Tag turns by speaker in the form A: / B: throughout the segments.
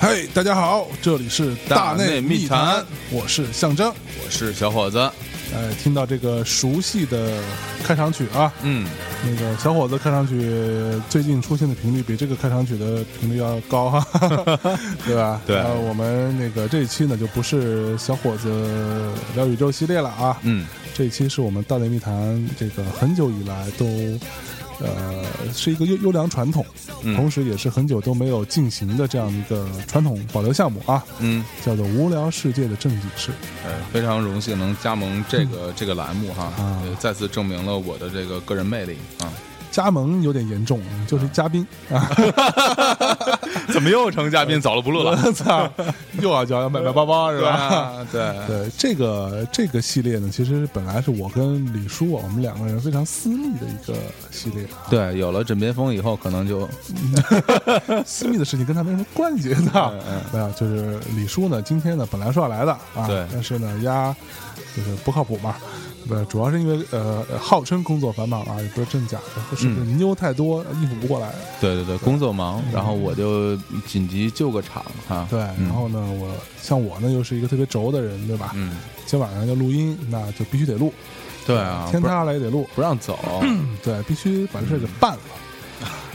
A: 嘿，大家好，这里是
B: 大
A: 内
B: 内密谈
A: 谈，我是象征。
B: 我是小伙子，
A: 哎，听到这个熟悉的开场曲啊，
B: 嗯，
A: 那个小伙子开场曲最近出现的频率比这个开场曲的频率要高 哈，对吧？
B: 对
A: 呃我们那个这一期呢就不是小伙子聊宇宙系列了啊，
B: 嗯，
A: 这一期是我们大内密谈这个很久以来都。呃，是一个优优良传统，
B: 嗯
A: 同时也是很久都没有进行的这样一个传统保留项目啊，
B: 嗯，
A: 叫做“无聊世界”的正经事。
B: 呃，非常荣幸能加盟这个这个栏目哈，
A: 啊
B: 呃再次证明了我的这个个人魅力 啊。
A: 加盟有点严重，
B: 嗯
A: 就是嘉宾啊，
B: 怎么又成 嘉宾早了不录了？
A: 操， 又要叫要买买包包是
B: 对啊
A: 吧？
B: 吧？对，
A: 对，这个这个系列呢，其实本来是我跟李叔啊，我们两个人非常私密的一个系 列啊，
B: 对，有了枕边风以后，可能就
A: 私密的事情跟他没什么关系
B: 嗯
A: 的。对啊，就是李叔呢，今天呢本来说要来的啊，
B: 对
A: 但是呢，丫就是不靠谱嘛。不，主要是因为呃，号称工作繁忙啊，也不是真假的，是不
B: 嗯
A: 是妞太多，应付不过来。
B: 对对对，工作忙，然后我就紧急救个场哈。
A: 对，
B: 嗯
A: 然后呢，我像我呢，又是一个特别轴的人，对吧？
B: 嗯，
A: 今晚上要录音，那就必须得录，
B: 对啊，
A: 天
B: 不
A: 塌下来也得录，
B: 不让 走，
A: 对，必须把这事儿给办了，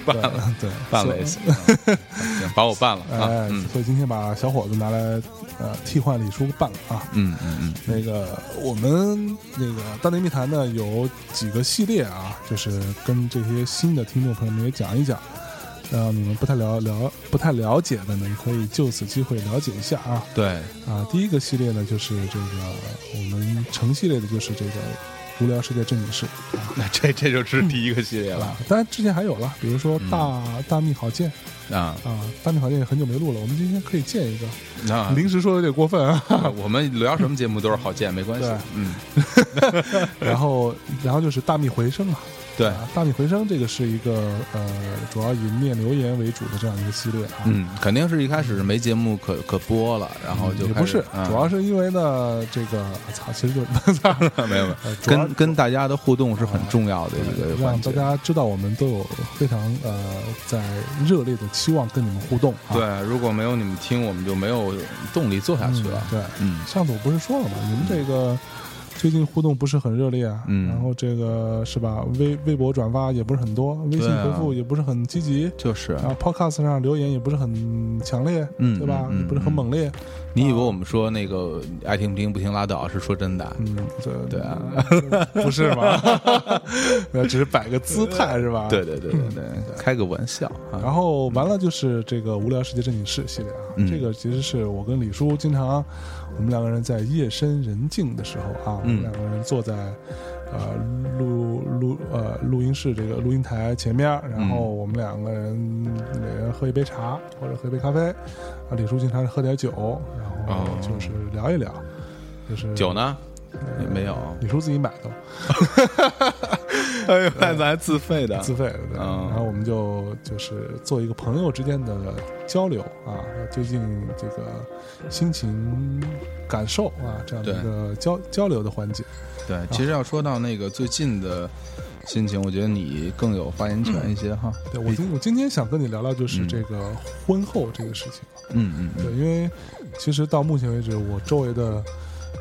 B: 办了
A: 了，对，
B: 办了
A: 所
B: 也
A: 以
B: 行，嗯行把我办了啊
A: 哎，，
B: 嗯
A: 所以今天把小伙子拿来，呃，替换李叔办了啊。
B: 嗯嗯嗯，
A: 那个，我们那个《大内密谈》呢有几个系列啊，就是跟这些新的听众朋友们也讲一讲，让你们不太了了不太了解的呢，也可以就此机会了解一下啊。
B: 对，
A: 啊，第一个系列呢就是这个我们成系列的就是这个无聊世界正经事啊，
B: 那这这就是第一个系列
A: 对
B: 了
A: 吧？当然之前还有了，比如说大、
B: 嗯
A: 大秘好剑
B: 啊
A: 啊，大秘好剑也很久没录了，我们今天可以见一个。
B: 啊。
A: 临时说有点过分 啊。
B: 我们聊什么节目都是好见，没关系
A: 对。
B: 嗯，
A: 然后，然后就是大秘回声啊，
B: 对，
A: 啊大秘回声这个是一个呃，主要以念留言为主的这样一个系列啊。
B: 嗯，肯定是一开始没节目可可播了，然后就
A: 也
B: 开
A: 不
B: 始啊
A: 是，主要是因为呢，这个我操，其实就是
B: 嗯 没有没有
A: 呃主要呃
B: 跟跟大家的互动是很重要的一个
A: 让
B: 环节
A: 大。家啊知道我们都有非常呃在热烈的期望跟你们互动、啊。
B: 对，如果没有你们听，我们就没有动力做下去了
A: 嗯。对，
B: 嗯，
A: 上次我不是说了吗？你们这个最近互动不是很热烈啊，
B: 嗯
A: 然后这个是吧？微微博转发也不是很多，微信
B: 对啊
A: 回复也不是很积极。
B: 就是
A: 然后 Podcast 上留言也不是很强烈，
B: 嗯
A: 对吧？
B: 嗯嗯
A: 也不是很猛烈，
B: 你以为我们说那个爱听不听不听拉倒是说真的？
A: 嗯，这
B: 对啊，
A: 不是 吗？呃只是摆个姿态是吧？
B: 对。对对对
A: 嗯
B: 对，开个玩笑啊。
A: 然后完了就是这个无聊世界正经事系列啊，
B: 嗯
A: 这个其实是我跟李叔经常，我们两个人在夜深人静的时候啊，我们
B: 嗯
A: 两个人坐在呃录录呃录音室这个录音台前面，然后
B: 嗯
A: 我们两个人每人喝一杯茶或者喝一杯咖啡，啊，李叔经常是喝点酒，然后
B: 哦
A: 就是聊一聊，就是
B: 酒呢
A: 呃
B: 也没有，
A: 李叔自己买的。
B: 哎呦，那咱还自费的
A: 自费的，对
B: 嗯
A: 然后我们就就是做一个朋友之间的交流啊，最近这个心情感受啊，这样的一个交交流的环节。
B: 对，其实要说到那个最近的心情，我觉得你更有发言权一些哈。
A: 对我今我今天想跟你聊聊就是
B: 哎嗯
A: 这个婚后这个事情，啊
B: 嗯嗯嗯
A: 对，因为其实到目前为止，我周围的。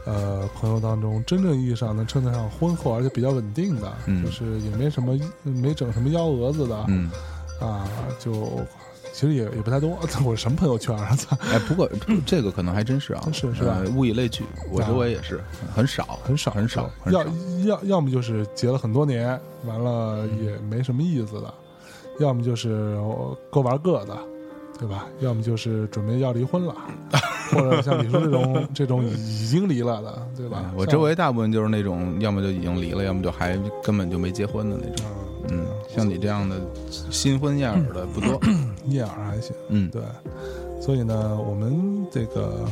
A: 呃，朋友当中真正意义上能称得上婚后，而且比较稳定的，
B: 嗯
A: 就是也没什么没整什么幺蛾子的，
B: 嗯，
A: 啊，就其实也也不太多。 我什么朋友圈啊？操，
B: 哎，不过 这个可能还真是啊，
A: 是是吧啊
B: 呃物以类聚，我周围也是很少，
A: 很少
B: 很少，很
A: 要
B: 少。
A: 要要么就是结了很多年，完了
B: 嗯
A: 也没什么意思的，要么就是呃各玩各的，对吧？要么就是准备要离婚了， 或者像你说这种 这种已经离了的，对吧
B: 哎？我
A: 像
B: 周围大部分就是那种，要么就已经离了，要么就还根本就没结婚的那种。
A: 嗯
B: 嗯，像你这样的新婚燕尔的不多。
A: 聂耳还行，
B: 嗯，
A: 嗯对，所以呢，我们这个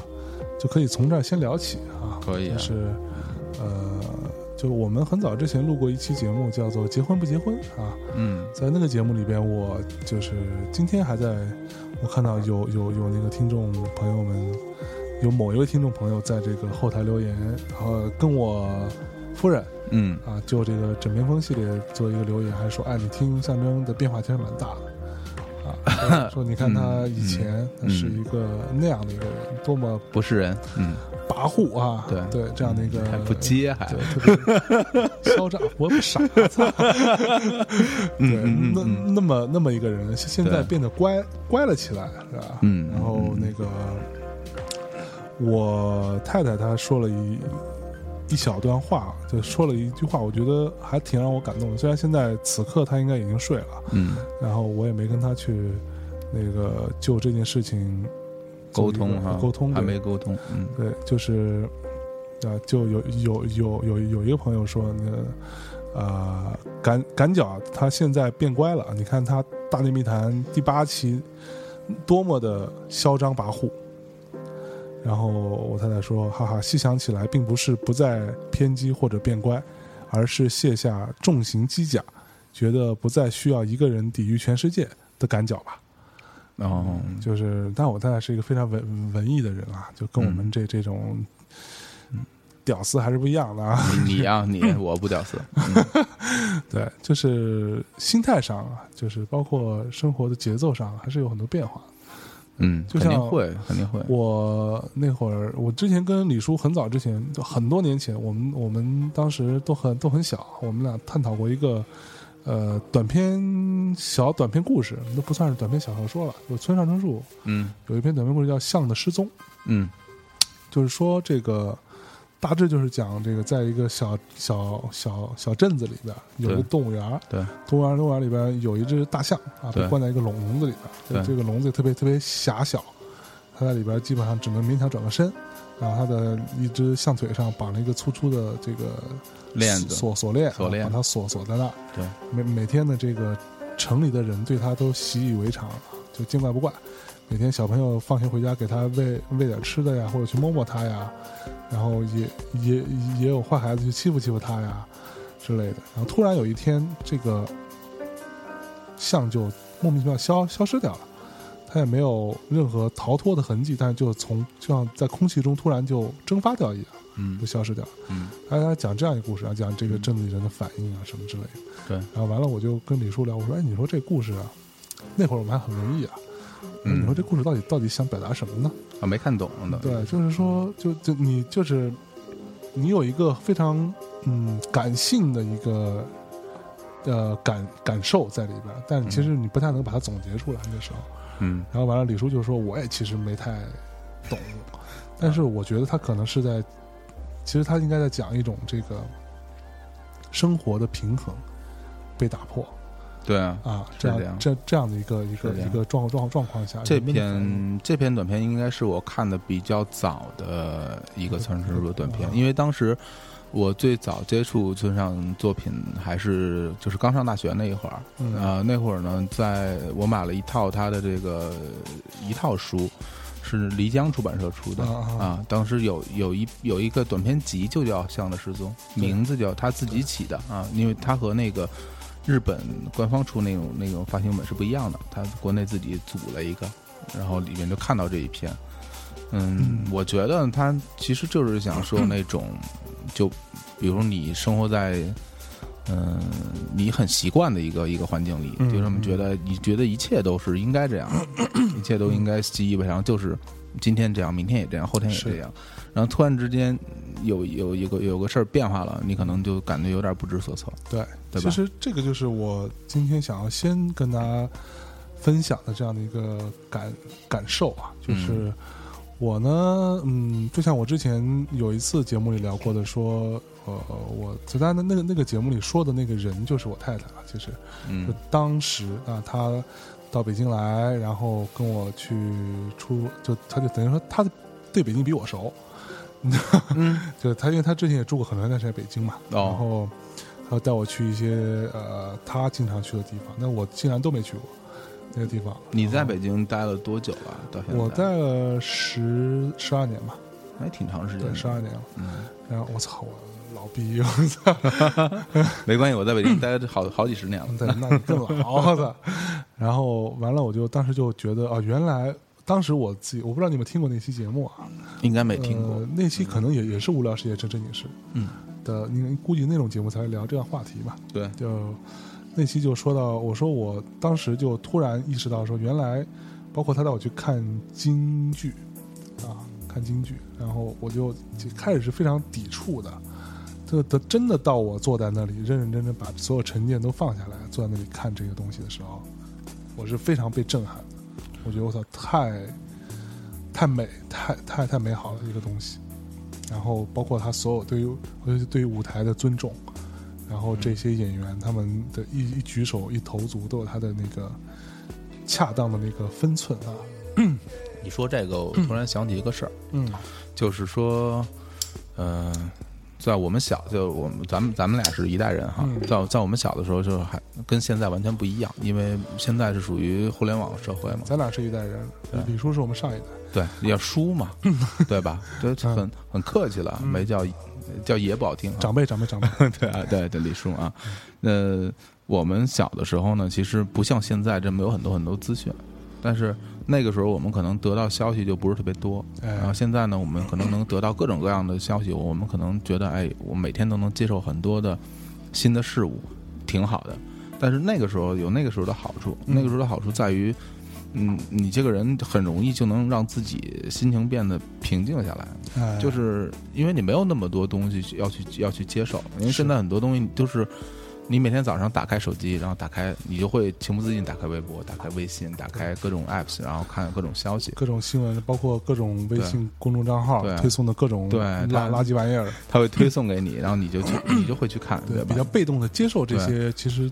A: 就可以从这儿先聊起啊，
B: 可以啊
A: 就是呃，就就是我们很早之前录过一期节目，叫做《结婚不结婚》啊，
B: 嗯
A: 在那个节目里边，我就是今天还在，我看到有有有那个听众朋友们，有某一位听众朋友在这个后台留言，然后跟我夫人
B: 嗯
A: 啊，就这个枕边风系列做一个留言，还说，哎，你听象征的变化其实蛮大的 啊，说说你看他
B: 嗯
A: 以前他是一个那样的一个人，多么
B: 不是人，嗯，
A: 跋扈啊，
B: 对
A: 对，这样的一个
B: 还不接还，
A: 对，特别嚣张，我不傻， 操！对，
B: 嗯嗯
A: 那
B: 嗯
A: 那么那么一个人，现现在
B: 对
A: 变得乖乖了起来，是吧？
B: 嗯
A: 然后
B: 嗯
A: 那个我太太她说了一一小段话，就说了一句话，我觉得还挺让我感动的。虽然现在此刻她应该已经睡了，
B: 嗯，
A: 然后我也没跟她去那个就这件事情做
B: 沟
A: 一个
B: 通哈，
A: 沟通
B: 还
A: 对
B: 没沟通，嗯
A: 对，就是啊，就有有有有有一个朋友说，那个呃，赶赶脚，他现在变乖了。你看他《大内密谈》第八期多么的嚣张跋扈。然后我太太说：“哈哈，细想起来，并不是不再偏激或者变乖，而是卸下重型机甲，觉得不再需要一个人抵御全世界的赶脚吧。”
B: 然后
A: 就是，但我太太是一个非常文文艺的人啊，就跟我们这这种屌丝还是不一样的啊。
B: 你你啊你，我不屌丝，
A: 对，就是心态上啊，就是包括生活的节奏上，还是有很多变化。
B: 嗯，
A: 就
B: 肯定
A: 像
B: 会肯定会，
A: 我那会儿，我之前跟李叔很早之前，就很多年前，我们我们当时都很都很小，我们俩探讨过一个呃短篇小短篇故事，都不算是短篇小小说了。就村上春树
B: 嗯
A: 有一篇短篇故事叫《象的失踪》。
B: 嗯
A: 就是说这个大致就是讲这个，在一个小小小小镇子里边有一个
B: 对
A: 动物园儿，
B: 对，
A: 动物园儿动物园儿里边有一只大象啊，被
B: 对
A: 关在一个笼笼子里边儿，
B: 对
A: 这个笼子也特别特别狭小，它在里边基本上只能勉强转个身，然后它的一只象腿上绑了一个粗粗的这个
B: 链子
A: 锁锁链啊，
B: 锁链
A: 把它锁锁在那儿。
B: 对，
A: 每每天的这个城里的人对他都习以为常，就见怪不怪。每天小朋友放学回家给他喂喂点吃的呀，或者去摸摸他呀，然后也也也有坏孩子去欺负欺负他呀之类的。然后突然有一天，这个象就莫名其妙消消失掉了，它也没有任何逃脱的痕迹，但是就从就像在空气中突然就蒸发掉一样，
B: 嗯
A: 就消失掉了。
B: 嗯
A: 大家讲这样一个故事啊，讲这个镇子里人的反应啊什么之类的。
B: 对，
A: 然后完了，我就跟李叔聊，我说：“哎，你说这故事啊，那会儿我们还很文艺啊，
B: 嗯
A: 你说这故事到底到底想表达什么呢？
B: 啊没看懂的，
A: 对，就是说，就就你就是你有一个非常嗯感性的一个呃感感受在里边儿，但其实你不太能把它总结出来那时候。
B: 嗯
A: 然后完了，李叔就说：“我也其实没太懂，但是我觉得他可能是在，其实他应该在讲一种这个生活的平衡被打破
B: 对啊，
A: 啊，
B: 是
A: 这样
B: 这样
A: 这这样的一个一个
B: 是这
A: 一
B: 样
A: 个状状状况下，
B: 这
A: 人们的反应
B: 篇这篇短片应该是我看的比较早的一个村上春树的短片
A: 啊，
B: 因为当时我最早接触村上作品还是就是刚上大学那一会儿，
A: 嗯
B: 呃，那会儿呢，在我买了一套他的这个一套书，是漓江出版社出的。
A: 啊啊
B: 啊，当时有有一有一个短篇集就叫《象的失踪》，
A: 对
B: 名字叫他自己起的啊，因为他和那个日本官方出那种那种发行本是不一样的，他国内自己组了一个，然后里面就看到这一篇。嗯
A: 嗯，
B: 我觉得他其实就是想说那种，就比如你生活在。嗯，你很习惯的一个一个环境里，
A: 嗯
B: 就这么觉得，你觉得一切都是应该这样，一切都应该习以为常，就是今天这样，明天也这样，后天也
A: 是
B: 这样。然后突然之间有有有个有个事儿变化了，你可能就感觉有点不知所措，
A: 对，
B: 对
A: 其
B: 吧？
A: 实这个就是我今天想要先跟大家分享的这样的一个感感受啊，
B: 嗯
A: 就是我呢，嗯，就像我之前有一次节目里聊过的说。呃，我在他的那个那个节目里说的那个人就是我太太了。其实，就
B: 嗯
A: 当时啊，她到北京来，然后跟我去出，就她就等于说她对北京比我熟，
B: 嗯
A: 就是他，因为他之前也住过很长一段时间北京嘛，
B: 哦
A: 然后他带我去一些呃他经常去的地方，那我竟然都没去过那个地方。
B: 啊你在北京待了多久了？到现在
A: 我待了十十二年吧，
B: 还挺长时间
A: 对，
B: 的。
A: 十二年了。
B: 嗯，
A: 然后我操，我老逼，我操，
B: 没关系，我在北京待了好好几十年了。
A: 对，那你更老，我操。然后完了，我就当时就觉得啊，原来当时我自己，我不知道你们听过那期节目啊，
B: 应该没听过
A: 呃。那期可能也也是无聊世界真真影视
B: 嗯，
A: 的，你估计那种节目才会聊这样话题吧。
B: 对，
A: 就那期就说到，我说我当时就突然意识到，说原来包括他带我去看京剧啊，看京剧，然后我就就开始是非常抵触的。这的真的到我坐在那里认认真真把所有成见都放下来，坐在那里看这个东西的时候，我是非常被震撼的。我觉得我操，太太美，太太太美好了一个东西。然后包括他所有对于我觉得对于舞台的尊重，然后这些演员他们的一一举手一投足都有他的那个恰当的那个分寸啊。
B: 你说这个，我突然想起一个事儿，
A: 嗯
B: 就是说，嗯、在我们小就我们咱们咱们俩是一代人哈，
A: 嗯
B: 在在我们小的时候就还跟现在完全不一样，因为现在是属于互联网社会嘛，
A: 咱俩是一代人
B: 对，
A: 李叔是我们上一代。
B: 对，要 输嘛，对吧？这
A: 嗯
B: 很很客气了，
A: 嗯
B: 没叫叫爷不好听啊，
A: 长辈，长辈，长辈，
B: 对啊，对对，李叔啊，那我们小的时候呢，其实不像现在这么有很多很多资讯，但是那个时候我们可能得到消息就不是特别多，
A: 哎
B: 然后现在呢，我们可能能得到各种各样的消息，我们可能觉得哎，我每天都能接受很多的新的事物，挺好的。但是那个时候有那个时候的好处，
A: 嗯
B: 那个时候的好处在于，嗯，你这个人很容易就能让自己心情变得平静下来，
A: 哎
B: 就是因为你没有那么多东西要去要去接受，因为
A: 是
B: 现在很多东西都是你每天早上打开手机，然后打开你就会情不自禁地打开微博、打开微信、打开各种 apps，然后看各种消息。
A: 各种新闻，包括各种微信公众账号
B: 对
A: 推送的各种
B: 对
A: 垃
B: 它
A: 垃圾玩意儿，
B: 它会推送给你，然后你 就去你就会去看，
A: 对，比
B: 吧
A: 较？被动的接受这些，其实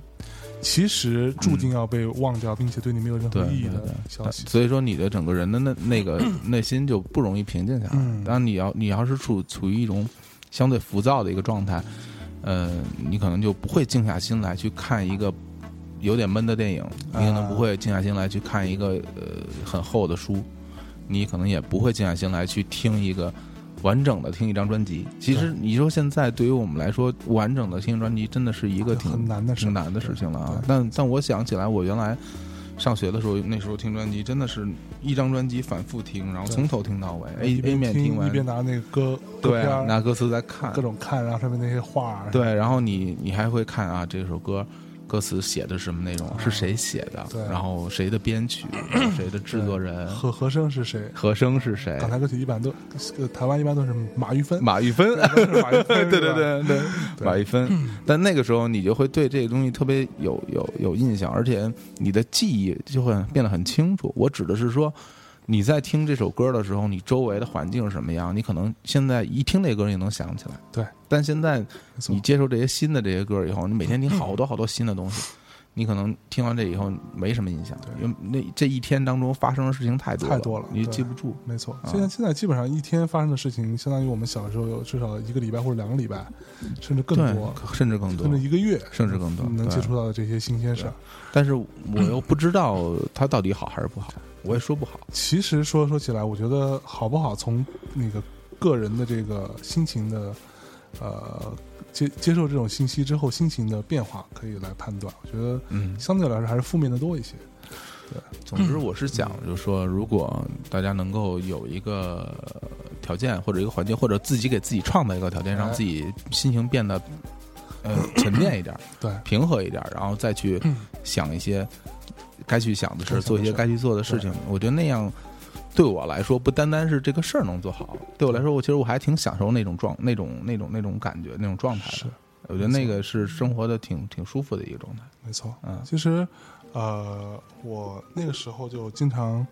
A: 其实注定要被忘掉，并且对你没有任
B: 嗯对
A: 何意义
B: 对
A: 的
B: 对
A: 消息。
B: 呃所以说你的整个人的那那个内心就不容易平静下来。
A: 嗯
B: 当然你要你要是处处于一种相对浮躁的一个状态，呃，你可能就不会静下心来去看一个有点闷的电影，
A: 啊
B: 你可能不会静下心来去看一个呃很厚的书，你可能也不会静下心来去听一个。完整的听一张专辑，其实你说现在对于我们来说，完整的听专辑真的是一个挺
A: 很难的事
B: 挺，难的事情了啊
A: 对。
B: 但但我想起来，我原来上学的时候，那时候听专辑真的是一张专辑反复听，然后
A: 对
B: 从头听到尾
A: 一
B: ，A A
A: 边
B: 面
A: 听
B: 完
A: 一，边拿那个歌歌
B: 对
A: 片
B: 啊，
A: 儿，
B: 拿歌词在看
A: 各，种看，然后上面那些画儿，
B: 对，然后你你还会看啊这首歌。歌词写的是什么内容？是谁写的？
A: 啊对
B: 然后谁的编曲？然后谁的制作人？
A: 和和声是谁？
B: 和声是谁？
A: 港台歌曲一般都，呃台湾一般都是马玉芬，
B: 马 玉芬。
A: 都是马玉
B: 对
A: 芬，
B: 对
A: 是吧，
B: 对对，嗯
A: 对
B: 马一芬。但那个时候你就会对这个东西特别有有有印象，而且你的记忆就会变得很清楚。我指的是说，你在听这首歌的时候，你周围的环境是什么样，你可能现在一听这歌你就能想起来。
A: 对，
B: 但现在
A: 没错
B: 你接受这些新的这些歌以后，你每天听好多好多新的东西。你可能听完这以后没什么印象，
A: 对
B: 因为那这一天当中发生的事情太多
A: 太多了
B: 你
A: 对
B: 记不住。
A: 没错
B: 啊。
A: 现在现在基本上一天发生的事情，相当于我们小时候有至少一个礼拜或者两个礼拜，甚至更
B: 对
A: 多，，
B: 甚至更多
A: 甚，至一个月，
B: 甚至更多，
A: 能
B: 对
A: 接触到的这些新鲜事儿。
B: 但是我又不知道它到底好还是不好，我也说不好。
A: 其实说说起来，我觉得好不好，从那个个人的这个心情的，呃，接接受这种信息之后心情的变化，可以来判断。我觉得
B: 嗯，
A: 相对来说还是负面的多一些。
B: 总之我是想，就是说，如果大家能够有一个呃条件或者一个环境，或者自己给自己创造一个条件，
A: 哎
B: 让自己心情变得呃沉淀一点儿、
A: 对，
B: 平和一点儿，然后再去想一些该去想的
A: 该
B: 事
A: 想
B: 儿，
A: 的
B: 做一些
A: 事儿
B: 该去做的事情。我觉得那样。对我来说，不单单是这个事儿能做好，对我来说，我其实我还挺享受那种状、那种、那种、那种感觉、那种状态的
A: 是。
B: 我觉得那个是生活的挺挺舒服的一个状态。
A: 没错。
B: 嗯
A: 其实，呃，我那个时候就经常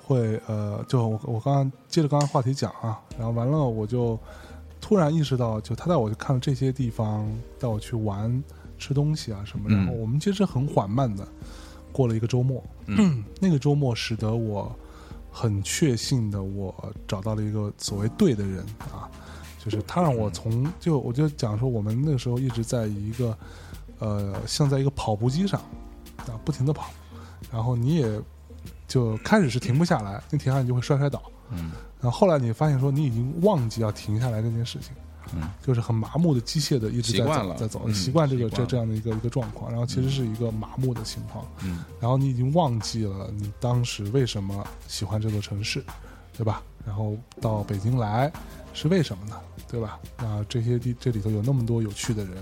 A: 会，呃，就我我刚刚接着刚刚话题讲啊，然后完了我就突然意识到，就他带我去看了这些地方，带我去玩、吃东西啊什么，
B: 嗯
A: 然后我们其实很缓慢的过了一个周末，
B: 嗯
A: 那个周末使得我很确信的，我找到了一个所谓对的人啊，就是他让我从就我就讲说，我们那个时候一直在一个呃，像在一个跑步机上啊，不停的跑，然后你也就开始是停不下来，你停下来你就会摔摔倒，
B: 嗯
A: 然后后来你发现说你已经忘记要停下来这件事情，
B: 嗯
A: 就是很麻木的机械的一直
B: 习
A: 在
B: 惯
A: 走
B: 了
A: 在走，
B: 嗯
A: 习惯这个
B: 习惯
A: 这
B: 了
A: 这样的一个一个状况，然后其实是一个麻木的情况，
B: 嗯
A: 然后你已经忘记了你当时为什么喜欢这座城市，对吧？然后到北京来是为什么呢？对吧？那这些地这里头有那么多有趣的人，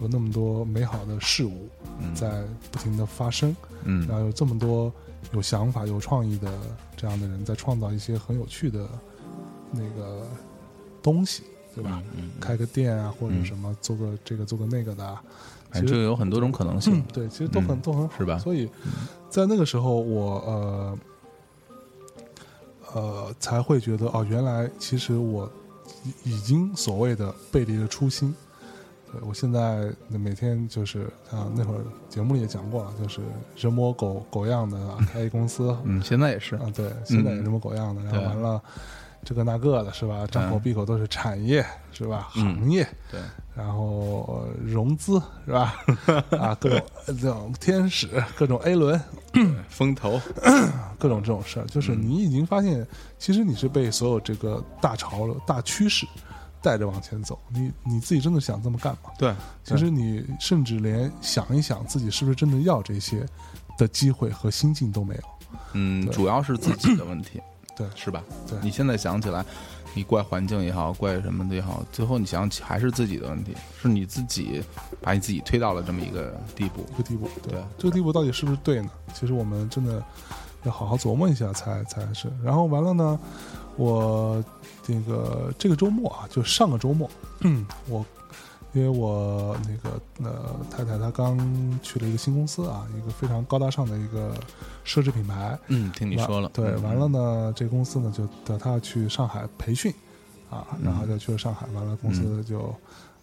A: 有那么多美好的事物
B: 嗯，
A: 在不停的发生，
B: 嗯
A: 然后有这么多有想法、有创意的这样的人在创造一些很有趣的那个东西，对吧？
B: 嗯，嗯
A: 开个店啊，或者
B: 嗯
A: 什么做个这个做个那个的啊，
B: 反正哎有很多种可能性，
A: 对，其实都很、
B: 嗯
A: 都很好，
B: 是吧
A: 所以在那个时候我，呃呃才会觉得哦，原来其实我已已经所谓的背离了初心。对我现在每天就是啊，那会儿节目里也讲过了，就是人模狗狗样的、啊、开一公司，
B: 嗯，现在也是，
A: 啊，对，现在也这么狗样的，然后
B: 对
A: 完了，这个那个的是吧？张口闭口都是产业是吧？
B: 嗯
A: 行业，
B: 对，
A: 然后呃融资是吧？啊，各种呃这种天使，各种 A 轮，啊
B: 风投，
A: 各种这种事儿，就是你已经发现，其实你是被所有这个大潮流、大趋势带着往前走。你你自己真的想这么干吗？
B: 对，
A: 其实你甚至连想一想自己是不是真的要这些的机会和心境都没有。
B: 嗯，
A: 对
B: 主要是自己的问题，
A: 对
B: 是吧？
A: 对
B: 你现在想起来，你怪环境也好，怪什么的也好，最后你想起还是自己的问题，是你自己把你自己推到了这么一个地步。
A: 一个地步，对
B: 对
A: 这个地步到底是不是对呢？其实我们真的要好好琢磨一下才才是。然后完了呢，我这个这个周末啊，就上个周末，嗯我因为我那个呃太太她刚去了一个新公司啊，一个非常高大上的一个奢侈品牌，
B: 嗯，听你
A: 完
B: 说了，
A: 对，
B: 嗯
A: 完了，呢，这公司呢就带他去上海培训啊，然
B: 嗯
A: 后就去了上海，完了公司就、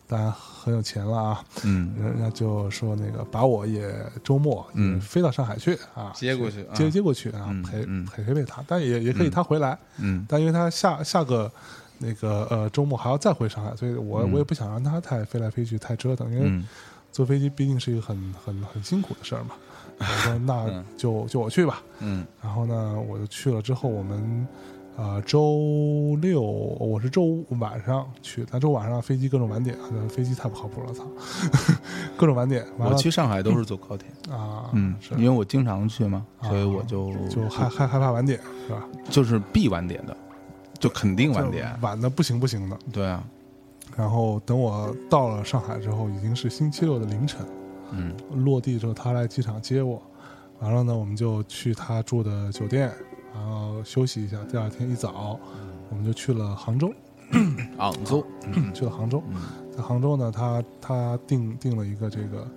A: 当然很有钱了啊，
B: 嗯，
A: 人家就说那个把我也周末也
B: 嗯
A: 飞到上海去啊，
B: 接过去啊
A: 接接过去啊
B: 嗯，
A: 陪
B: 嗯
A: 陪陪陪他，但也也可以他回来，
B: 嗯，
A: 但因为他下下个那个呃周末还要再回上海，所以我
B: 嗯
A: 我也不想让他太飞来飞去太折腾，因为
B: 嗯，
A: 坐飞机毕竟是一个很很很辛苦的事儿 嘛。我说那
B: 嗯
A: 就就我去吧，
B: 嗯，
A: 然后呢我就去了之后我们。呃，周六我是周五晚上去，但周五晚上飞机各种晚点，啊飞机太不靠谱了，操， 各种晚点。完
B: 我
A: 了
B: 去上海都是坐高铁，
A: 啊，
B: 嗯，
A: 是啊
B: 因为我经常去嘛，所以我就
A: 就害害害怕晚点是吧？
B: 就是必晚点的，就肯定晚点
A: 就，晚的不行不行的。
B: 对啊，
A: 然后等我到了上海之后，已经是星期六的凌晨，
B: 嗯
A: 落地之后他来机场接我，完了呢，我们就去他住的酒店，然后休息一下。第二天一早，
B: 嗯
A: 我们就去了杭州，
B: 昂州，嗯
A: 去了杭州。
B: 嗯
A: 在杭州呢，他他定定了一个这个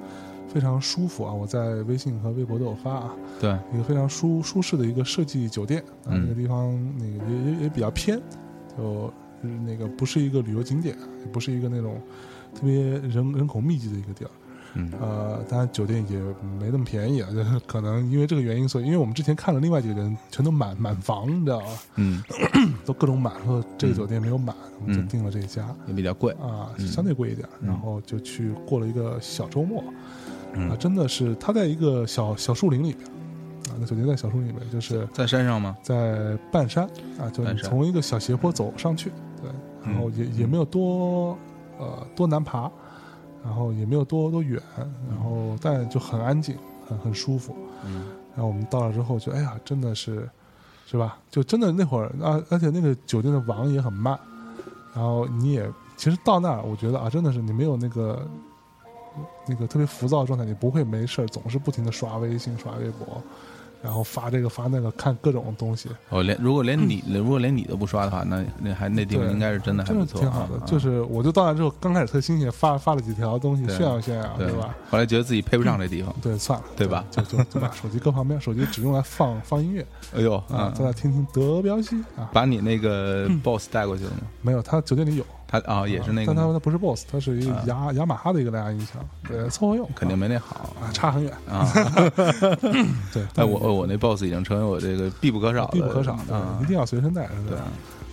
A: 非常舒服啊，我在微信和微博都有发啊，
B: 对，
A: 一个非常舒舒适的一个设计酒店啊，
B: 嗯
A: 那个地方那个也也也比较偏，就嗯那个不是一个旅游景点，也不是一个那种特别人人口密集的一个地儿。
B: 嗯
A: 呃，当然酒店也没那么便宜啊，就是可能因为这个原因，所以因为我们之前看了另外几个人全都满满房，你知道吧？
B: 嗯，
A: 都各种满，说这个酒店没有满，我们就
B: 嗯
A: 订了这一家
B: 也比较贵，
A: 啊，
B: 嗯
A: 相对贵一点，
B: 嗯
A: 然后就去过了一个小周末。啊，
B: 嗯，
A: 真的是他在一个小小树林里边啊，那酒店在小树林里面，就是
B: 在山上吗？
A: 在半山啊，就
B: 半
A: 你
B: 山嗯
A: 从一个小斜坡走上去，对，然后也也没有多呃多难爬，然后也没有多多远，然后但就很安静，很很舒服。
B: 嗯
A: 然后我们到了之后就哎呀，真的是是吧？就真的那会儿啊，而且那个酒店的网也很慢，然后你也其实到那儿，我觉得啊，真的是你没有那个。那个特别浮躁的状态，你不会没事儿总是不停的刷微信、刷微博，然后发这个发那个，看各种东西，
B: 哦，连如果连你如果连你都不刷的话，那那还那地方
A: 对
B: 应该是真的还
A: 真
B: 不
A: 的
B: 错啊，
A: 挺好的。
B: 啊
A: 就是我就到那之后，刚开始特新鲜，发发了几条东西
B: 对
A: 炫耀炫耀，
B: 啊对
A: 对啊吧？？
B: 后来觉得自己配不上这地方，
A: 对，算了，
B: 对吧
A: 就就就把 手机搁旁边，手机只用来放放音乐
B: 哎呦
A: 啊
B: 啊，
A: 在，那听听德彪西啊，
B: 把你那个 boss 带过去了吗？
A: 没有，他酒店里有，
B: 他啊也是那个
A: 但
B: 吗，
A: 他他不是 BOSS，他是一个
B: 啊
A: 雅雅马哈的一个蓝牙音箱，对，凑合用，
B: 肯定没那好
A: 啊，差很远，
B: 啊。
A: 对，
B: 哎，我我我那 boss 已经成为我这个必不可少的，
A: 必不可少的，
B: 啊
A: 一。定要随身带着。
B: 对啊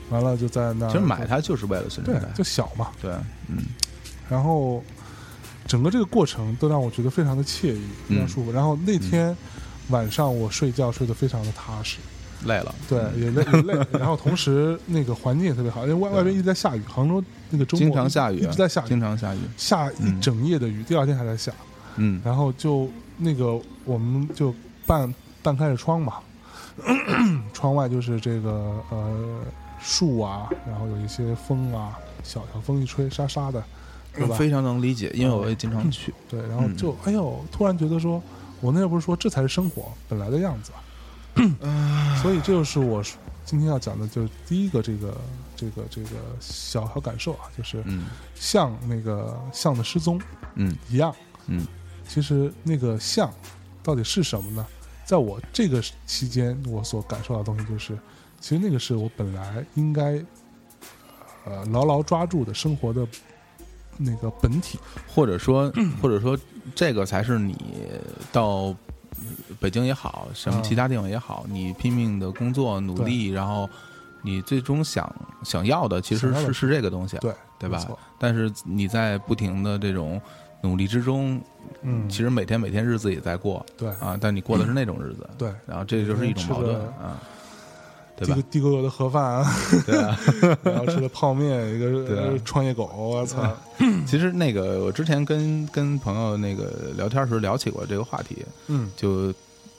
A: 对，，完了就在那，
B: 其实买它就是为了随身
A: 对
B: 带，
A: 就小嘛，
B: 对，嗯
A: 然后整个这个过程都让我觉得非
B: 嗯
A: 常的惬意，非常舒服。然后那天晚上我睡觉睡得非常的踏实，
B: 累了，
A: 对，也累也累。然后同时那个环境也特别好，因为外外边一直在下雨，杭州那个周末
B: 啊经常下雨，啊
A: 一直在下雨，
B: 经常嗯下雨，
A: 下一整夜的雨，第二天还在下。
B: 嗯
A: 然后就那个我们就半半开着窗嘛， 窗外就是这个呃树啊，然后有一些风啊，小小风一吹，沙沙的，对吧？
B: 非常能理解，因为我也经常去，
A: 对，然后就、哎呦，突然觉得说，我那时候不是说这才是生活本来的样子啊，所以这就是我今天要讲的，就是第一个这个这个这个小小感受啊，就是
B: 嗯
A: 像那个象的失踪
B: 嗯
A: 一样，
B: 嗯
A: 其实那个像到底是什么呢？在我这个期间，我所感受到的东西就是，其实那个是我本来应该，呃，牢牢抓住的生活的那个本体。
B: 或者说或者说这个才是你到北京也好，什么
A: 嗯
B: 其他地方也好，你拼命的工作努力，然后你最终想想要的其
A: 想
B: 实
A: 要
B: 是
A: 的
B: 是这个东西，啊
A: 对
B: 对
A: 没
B: 吧
A: 错？
B: 但是你在不停的这种努力之中，
A: 嗯，
B: 其实每天每天日子也在过
A: 对
B: 啊，但你过的是那种日子，
A: 嗯对，
B: 然后这就是一种矛
A: 每
B: 盾
A: 天吃着
B: 啊，对
A: 地
B: 吧
A: 沟？地沟油的盒饭 啊，
B: 对啊。
A: 然后吃的泡面，一
B: 对
A: 个
B: 啊
A: 呃创业狗，我操，
B: 其实那个我之前跟跟朋友那个聊天时候聊起过这个话题，
A: 嗯
B: 就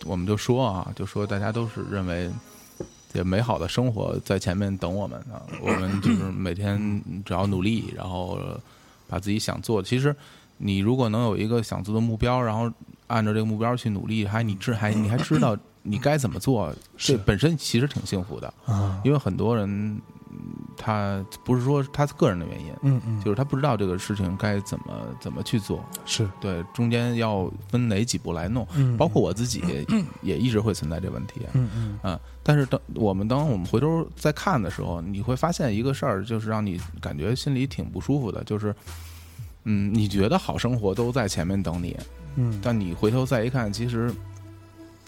B: 我们就说啊，就说大家都是认为这美好的生活在前面等我们 啊，我们就是每天只要努力，然后把自己想做。其实你如果能有一个想做的目标，然后按照这个目标去努力，还你知还你还知道你该怎么做，这
A: 是
B: 本身其实挺幸福的，
A: 啊，
B: 因为很多人嗯他不是说他个人的原因。
A: 嗯嗯，
B: 就是他不知道这个事情该怎么怎么去做，
A: 是，
B: 对，中间要分哪几步来弄，
A: 嗯
B: 包括我自己也一直会存在这问题啊。
A: 嗯嗯
B: 嗯，但是当我们当我们回头再看的时候，你会发现一个事儿，就是让你感觉心里挺不舒服的，就是，嗯，你觉得好生活都在前面等你，
A: 嗯，
B: 但你回头再一看，其实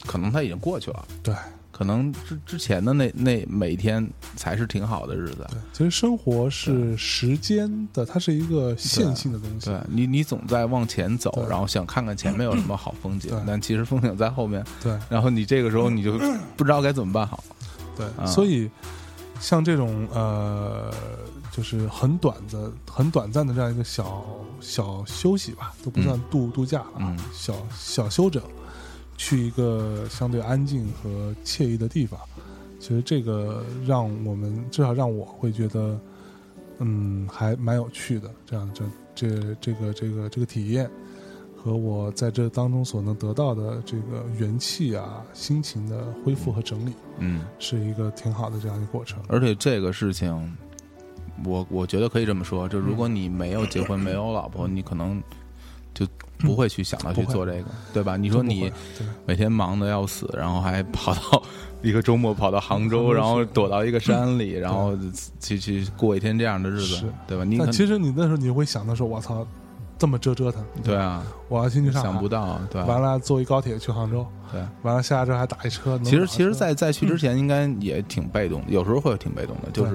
B: 可能它已经过去了，
A: 对
B: 可能之之前的那那每天才是挺好的日子。
A: 对，其实生活是时间的，它是一个线性的东西
B: 对，你，你总在往前走，
A: 对
B: 然后想看看前面有什么好风景
A: 对，
B: 但其实风景在后面。
A: 对
B: 然后你这个时候你就不知道该怎么办好。啊
A: 对，所以像这种呃，就是很短的、很短暂的这样一个小小休息吧，都不算度度假了啊
B: 嗯，
A: 小小休整，去一个相对安静和惬意的地方，其实这个让我们至少让我会觉得，嗯，还蛮有趣的，这样这这这个这个这个体验。和我在这当中所能得到的这个元气啊、心情的恢复和整理，
B: 嗯，
A: 是一个挺好的这样一个过程。
B: 而且这个事情，我我觉得可以这么说，就如果你没有结婚，没有老婆，你可能就不会去想到去
A: 不会
B: 做这个，对吧？你
A: 你
B: 说你
A: 对
B: 每天忙的要死，然后还跑到 一个周末跑到杭
A: 杭
B: 州，
A: 州
B: 然后
A: 是
B: 躲到一个山里，然后去去过一天这样的日子
A: 是，
B: 对吧？你可
A: 但其实你那时候你会想到说，我操，这么折折腾，
B: 对，啊，
A: 我要先去上海，
B: 想不到，对啊
A: 完了坐一高铁去杭州，
B: 对。啊
A: 完了下一周还打一车。能
B: 其
A: 打
B: 实，
A: 一
B: 其实，
A: 车
B: 在在去之
A: 嗯
B: 前，应该也挺被动的，有时候会挺被动的，就是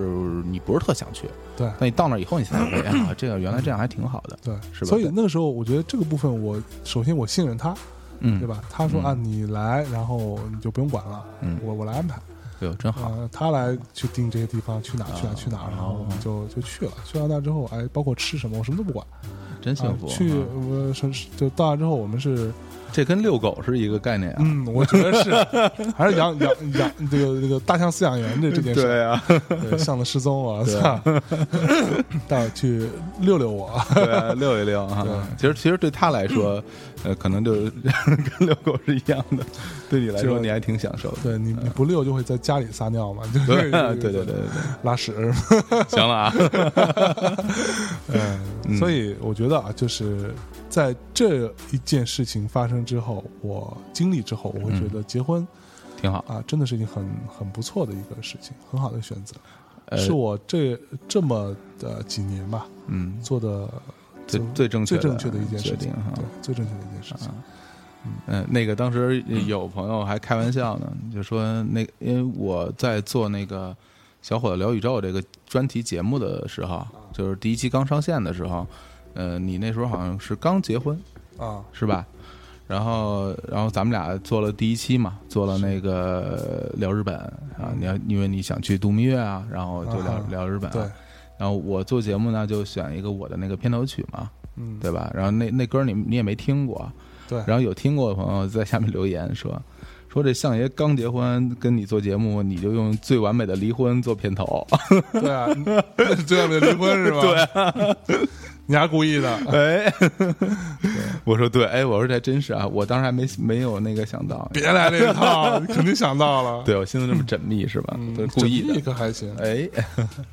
B: 你不是特想去，
A: 对
B: 但你到那以后，你才会 啊，这个原来这样还挺好的，
A: 对，
B: 是吧
A: 所以
B: 对
A: 那个时候我觉得这个部分我，首先我信任他，
B: 嗯，
A: 对？吧？他说
B: 嗯
A: 啊，你来，然后你就不用管了，
B: 嗯
A: 我我来安排。
B: 哎呦，真好，
A: 呃，他来去定这些地方去哪
B: 啊
A: 去哪去哪，然后我
B: 啊
A: 们就就去了。去到那之后，哎，包括吃什么，我什么都不管。
B: 真幸
A: 啊
B: 福。
A: 去
B: 啊
A: 呃，是是就到那之后，我们是
B: 这跟遛狗是一个概念啊，
A: 嗯，我觉 得是，还是养养养这个这个大象饲养员这这件事儿，
B: 啊，
A: 对象的失踪，我
B: 对
A: 操， 带我去遛遛我，
B: 对啊，遛一遛啊。
A: 对
B: 其实，其实对他来说，呃，可能就是跟遛狗是一样的，对你来说，
A: 就
B: 你还挺享受的。
A: 对你你不遛就会在家里撒尿嘛，就是
B: 对对对对对，
A: 拉屎，
B: 对 行了啊，
A: 嗯， 所以我觉得啊，就是在这一件事情发生之后，我经历之后，我会觉得结婚
B: 挺好。
A: 啊，真的是一件很很不错的一个事情，很好的选择，
B: 呃
A: 是我这这么的几年吧
B: 嗯，
A: 做的
B: 最
A: 做
B: 最正确啊
A: 最正确的一件
B: 决
A: 事情
B: 定哈，。啊
A: 对，最正确的一件事情。
B: 嗯，那个当时有朋友还开玩笑呢，就说那因为我在做那个《小伙子聊宇宙》这个专题节目的时候，就是第一期刚上线的时候，呃，你那时候好像是刚结婚
A: 啊，
B: 是吧？然后，然后咱们俩做了第一期嘛，做了那个聊日本啊，你要因为你想去度蜜月啊，然后就聊
A: 啊
B: 聊日本、
A: 对，，
B: 然后我做节目呢，就选一个我的那个片头曲嘛，
A: 嗯，
B: 对吧？然后那那歌你你也没听过，
A: 对
B: 然后有听过的朋友在下面留言说，说这相爷刚结婚，跟你做节目，你就用最完美的离婚做 片头，
A: 对啊， 那是最后的离婚是吧？对，
B: 啊
A: 你还故意的，
B: 哎，我说对，哎，我说这真是啊，我当时还没没有那个想到，
A: 别来这一套，你肯定想到了。
B: 对我心思这么缜密是吧？
A: 嗯，
B: 都是故意
A: 这
B: 的，
A: 可还行
B: 哎，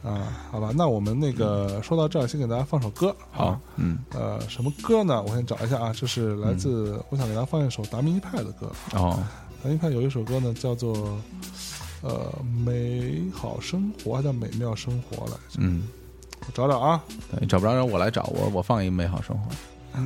A: 啊。好吧，那我们那个说到这儿，先给大家放首歌。
B: 好，，嗯，
A: 呃，什么歌呢？我先找一下啊，这是来自，我想给大家放一首达明一派的歌。
B: 哦，
A: 达明一派有一首歌呢，叫做呃《美好生活》，还叫《美妙生活》来着。
B: 嗯，
A: 我找找啊，
B: 对，找不着人我来找我，我放一美好生活，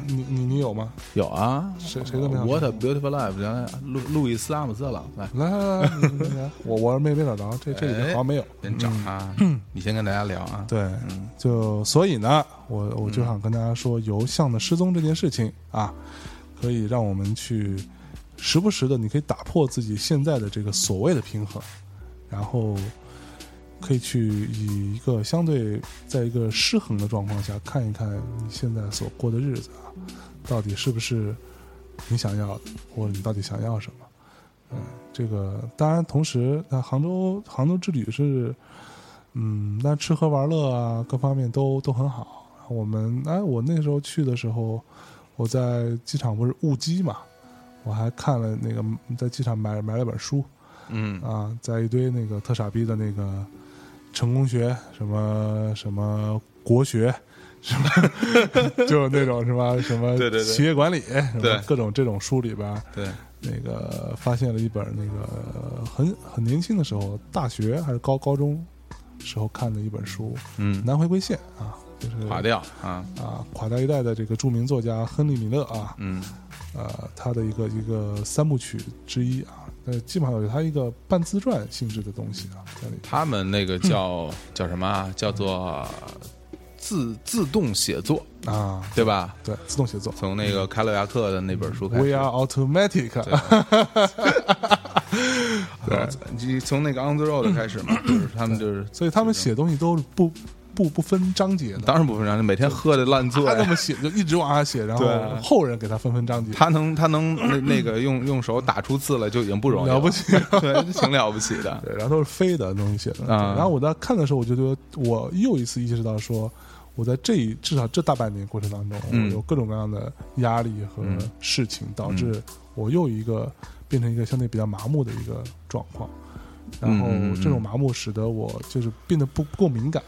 A: 你你你有吗？
B: 有啊，
A: 谁谁的美好生活
B: What a beautiful life！来来路路易斯阿姆斯特朗，来，
A: 来来来来，你你来，我我没没找着，这这里面好像没有。
B: 先找他，你先跟大家聊
A: 嗯
B: 啊。
A: 对，就所以呢，我我就想跟大家说，油像的失踪这件事情啊，可以让我们去时不时的，你可以打破自己现在的这个所谓的平衡，然后可以去以一个相对在一个失衡的状况下，看一看你现在所过的日子啊，到底是不是你想要的，或者你到底想要什么。嗯，这个当然，同时，那杭州杭州之旅是嗯，那吃喝玩乐啊，各方面都都很好。我们哎，我那时候去的时候，我在机场不是误机嘛，我还看了那个在机场买买了本书
B: 嗯
A: 啊，在一堆那个特傻逼的那个成功学什么什么国学。什么， 就是那种什么什么
B: 对对对
A: 企业管理，什
B: 对
A: 么各种这种书里边，
B: 对，
A: 那个发现了一本那个很很年轻的时候，大学还是高高中时候看的一本书《
B: 嗯，
A: 南回归线》啊，就是
B: 垮掉啊，
A: 啊垮掉一代的这个著名作家亨利·米勒啊，
B: 嗯
A: 呃，他的一个一个三部曲之一啊，呃，基本上有他一个半自传性质的东西啊，在里，头。
B: 他们那个叫
A: 嗯
B: 叫什么啊？叫做自自动写作，
A: 啊，
B: 对吧？
A: 对，自动写作
B: 从那个凯鲁亚克的那本书开
A: 嗯，We
B: 始
A: are。automatic 啊
B: 对对，从那个 On the Road 开始嘛，
A: 嗯
B: 就是他们就是，
A: 所以他们写东西都是不不不分章节的，
B: 当然不分章，每天喝的烂醉，啊
A: 他这么写就一直往下写，然后
B: 对
A: 后人给他分分章节，
B: 他能他能那 那个用用手打出字来就已经不容易
A: 了不起，
B: 对，挺了不起 的。
A: 对，然后都是飞的东西写的。对
B: 啊
A: 然后我在看的时候，我就觉得我又一次意识到说，我在这一至少这大半年过程当中，
B: 嗯
A: 我有各种各样的压力和
B: 嗯
A: 事情，导致我又一个变成一个相对比较麻木的一个状况。然后
B: 嗯嗯嗯
A: 这种麻木使得我就是变得不不够敏感。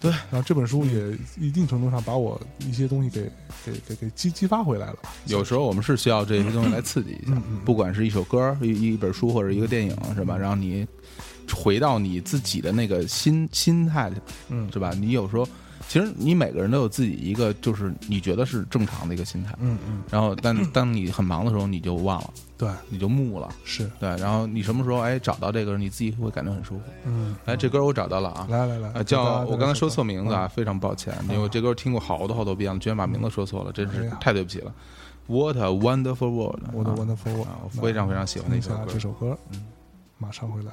B: 对嗯
A: 然后这本书也一定程度上把我一些东西给给给给激激发回来了。
B: 有时候我们是需要这些东西来刺激一下
A: 嗯嗯，
B: 不管是一首歌、一一本书或者一个电影，是吧？让你回到你自己的那个心心态，
A: 嗯
B: 是吧？你有时候其实你每个人都有自己一个，就是你觉得是正常的一个心态，
A: 嗯嗯，
B: 然后 但当你很忙的时候，你就忘了，
A: 对，
B: 你就木了，
A: 是，
B: 对。然后你什么时候哎找到这个，你自己会感觉很舒服。
A: 嗯，
B: 哎，这歌我找到了啊，
A: 来来来，
B: 啊，
A: 给大家
B: 叫我刚才说
A: 给大家
B: 错名字啊，非常抱歉，因为我这歌听过好多好多遍了，居然把名字说错了，真
A: 哎
B: 是
A: 呀
B: 太对不起了。What a wonderful world！
A: 我的
B: 啊
A: Wonderful World，
B: 啊我非常非常喜欢
A: 听一
B: 的一首
A: 下
B: 歌嗯
A: 这。首歌，马上回来。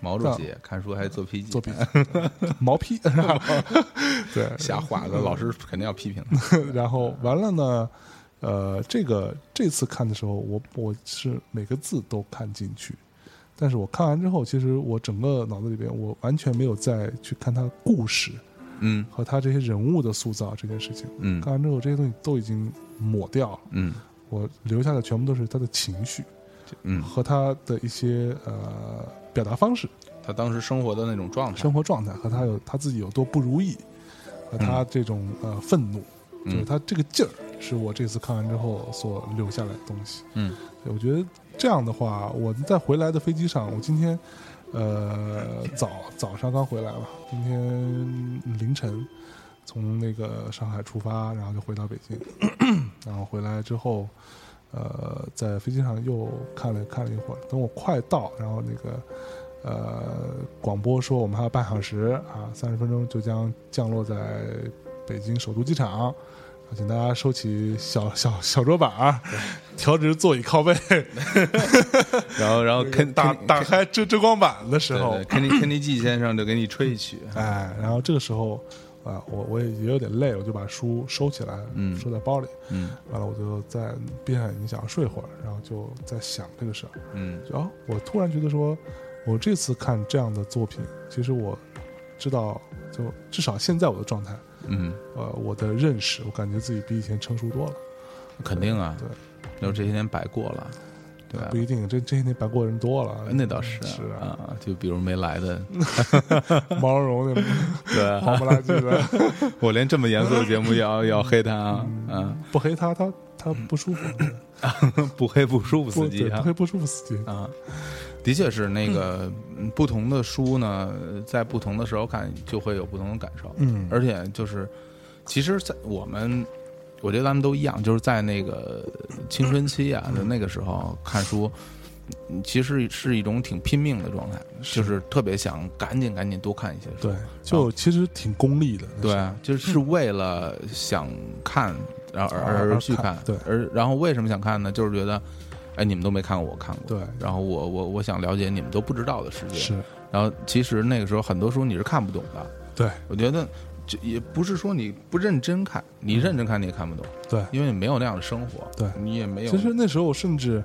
B: 毛主席看书还做批记，
A: 做笔记， 毛坯是吧？ 对，
B: 瞎画的，老师肯定要批评的。
A: 然后完了呢，呃，这个这次看的时候，我我是每个字都看进去，但是我看完之后，其实我整个脑子里边，我完全没有再去看他故事
B: 嗯
A: 和他这些人物的塑造这件事情。
B: 嗯
A: 看完之后，这些东西都已经抹掉了，
B: 嗯
A: 我留下的全部都是他的情绪，
B: 嗯，
A: 和他的一些呃表达方式、
B: 他当时生活的那种状态，
A: 生活状态，和他有他自己有多不如意，和他这种呃愤怒，就是
B: 嗯
A: 他这个劲儿，是我这次看完之后所留下来的东西。
B: 嗯
A: 对我觉得这样的话，我在回来的飞机上，我今天呃早早上刚回来吧，今天凌晨从那个上海出发，然后就回到北京， 然后回来之后，呃，在飞机上又看了看了一会儿，等我快到，然后那个。呃，广播说我们还有半小时啊，三十分钟就将降落在北京首都机场，啊请大家收起小小小桌板儿，调直座椅靠背，
B: 然后然后肯
A: 打
B: 肯
A: 打开遮遮光板的时
B: 对
A: 候
B: 对，肯尼肯尼基先生就给你吹一曲，
A: 哎，然后这个时候，啊、我我也也有点累，我就把书收起来，
B: 嗯
A: 收在包里。
B: 嗯
A: 完了，我就在边上，你想要睡会儿，然后就在想这个事儿。
B: 嗯
A: 就哦，我突然觉得说，我这次看这样的作品，其实我知道，就至少现在我的状态，
B: 嗯，
A: 呃，我的认识，我感觉自己比以前成熟多了。
B: 肯定啊，
A: 对，
B: 就这些年白过了，对啊吧
A: 不？一定，这这些年白过的人多了。
B: 那倒是
A: 是啊，
B: 啊，就比如没来的，
A: 毛茸茸的，
B: 对啊，
A: 黄不拉几的。
B: 我连这么严肃的节目也要也要黑他啊， 嗯，
A: 不黑他，他他不舒服，
B: 不黑不舒服
A: 不
B: 司
A: 对，
B: 机
A: 不
B: 啊
A: 黑不舒服司机。
B: 啊，的确是那个嗯不同的书呢，在不同的时候看就会有不同的感受，
A: 嗯
B: 而且就是，其实，在我们，我觉得咱们都一样，就是在那个青春期啊的那个时候看书，嗯其实是一种挺拼命的状态，就是特别想赶紧赶紧多看一些书
A: 对，，就其实挺功利的。那
B: 对
A: 是，
B: 啊， 就是为了想看，然后
A: 而
B: 而而去
A: 看
B: 看，
A: 对
B: 而然后为什么想看呢？就是觉得，哎，你们都没看过，我看过，
A: 对
B: 然后我我我想了解你们都不知道的世界，
A: 是，
B: 然后其实那个时候很多书你是看不懂的，
A: 对
B: 我觉得这也不是说你不认真看，你认真看你也看不懂，
A: 对。
B: 因为你没有那样的生活，
A: 对
B: 你也没有。
A: 其实那时候甚至，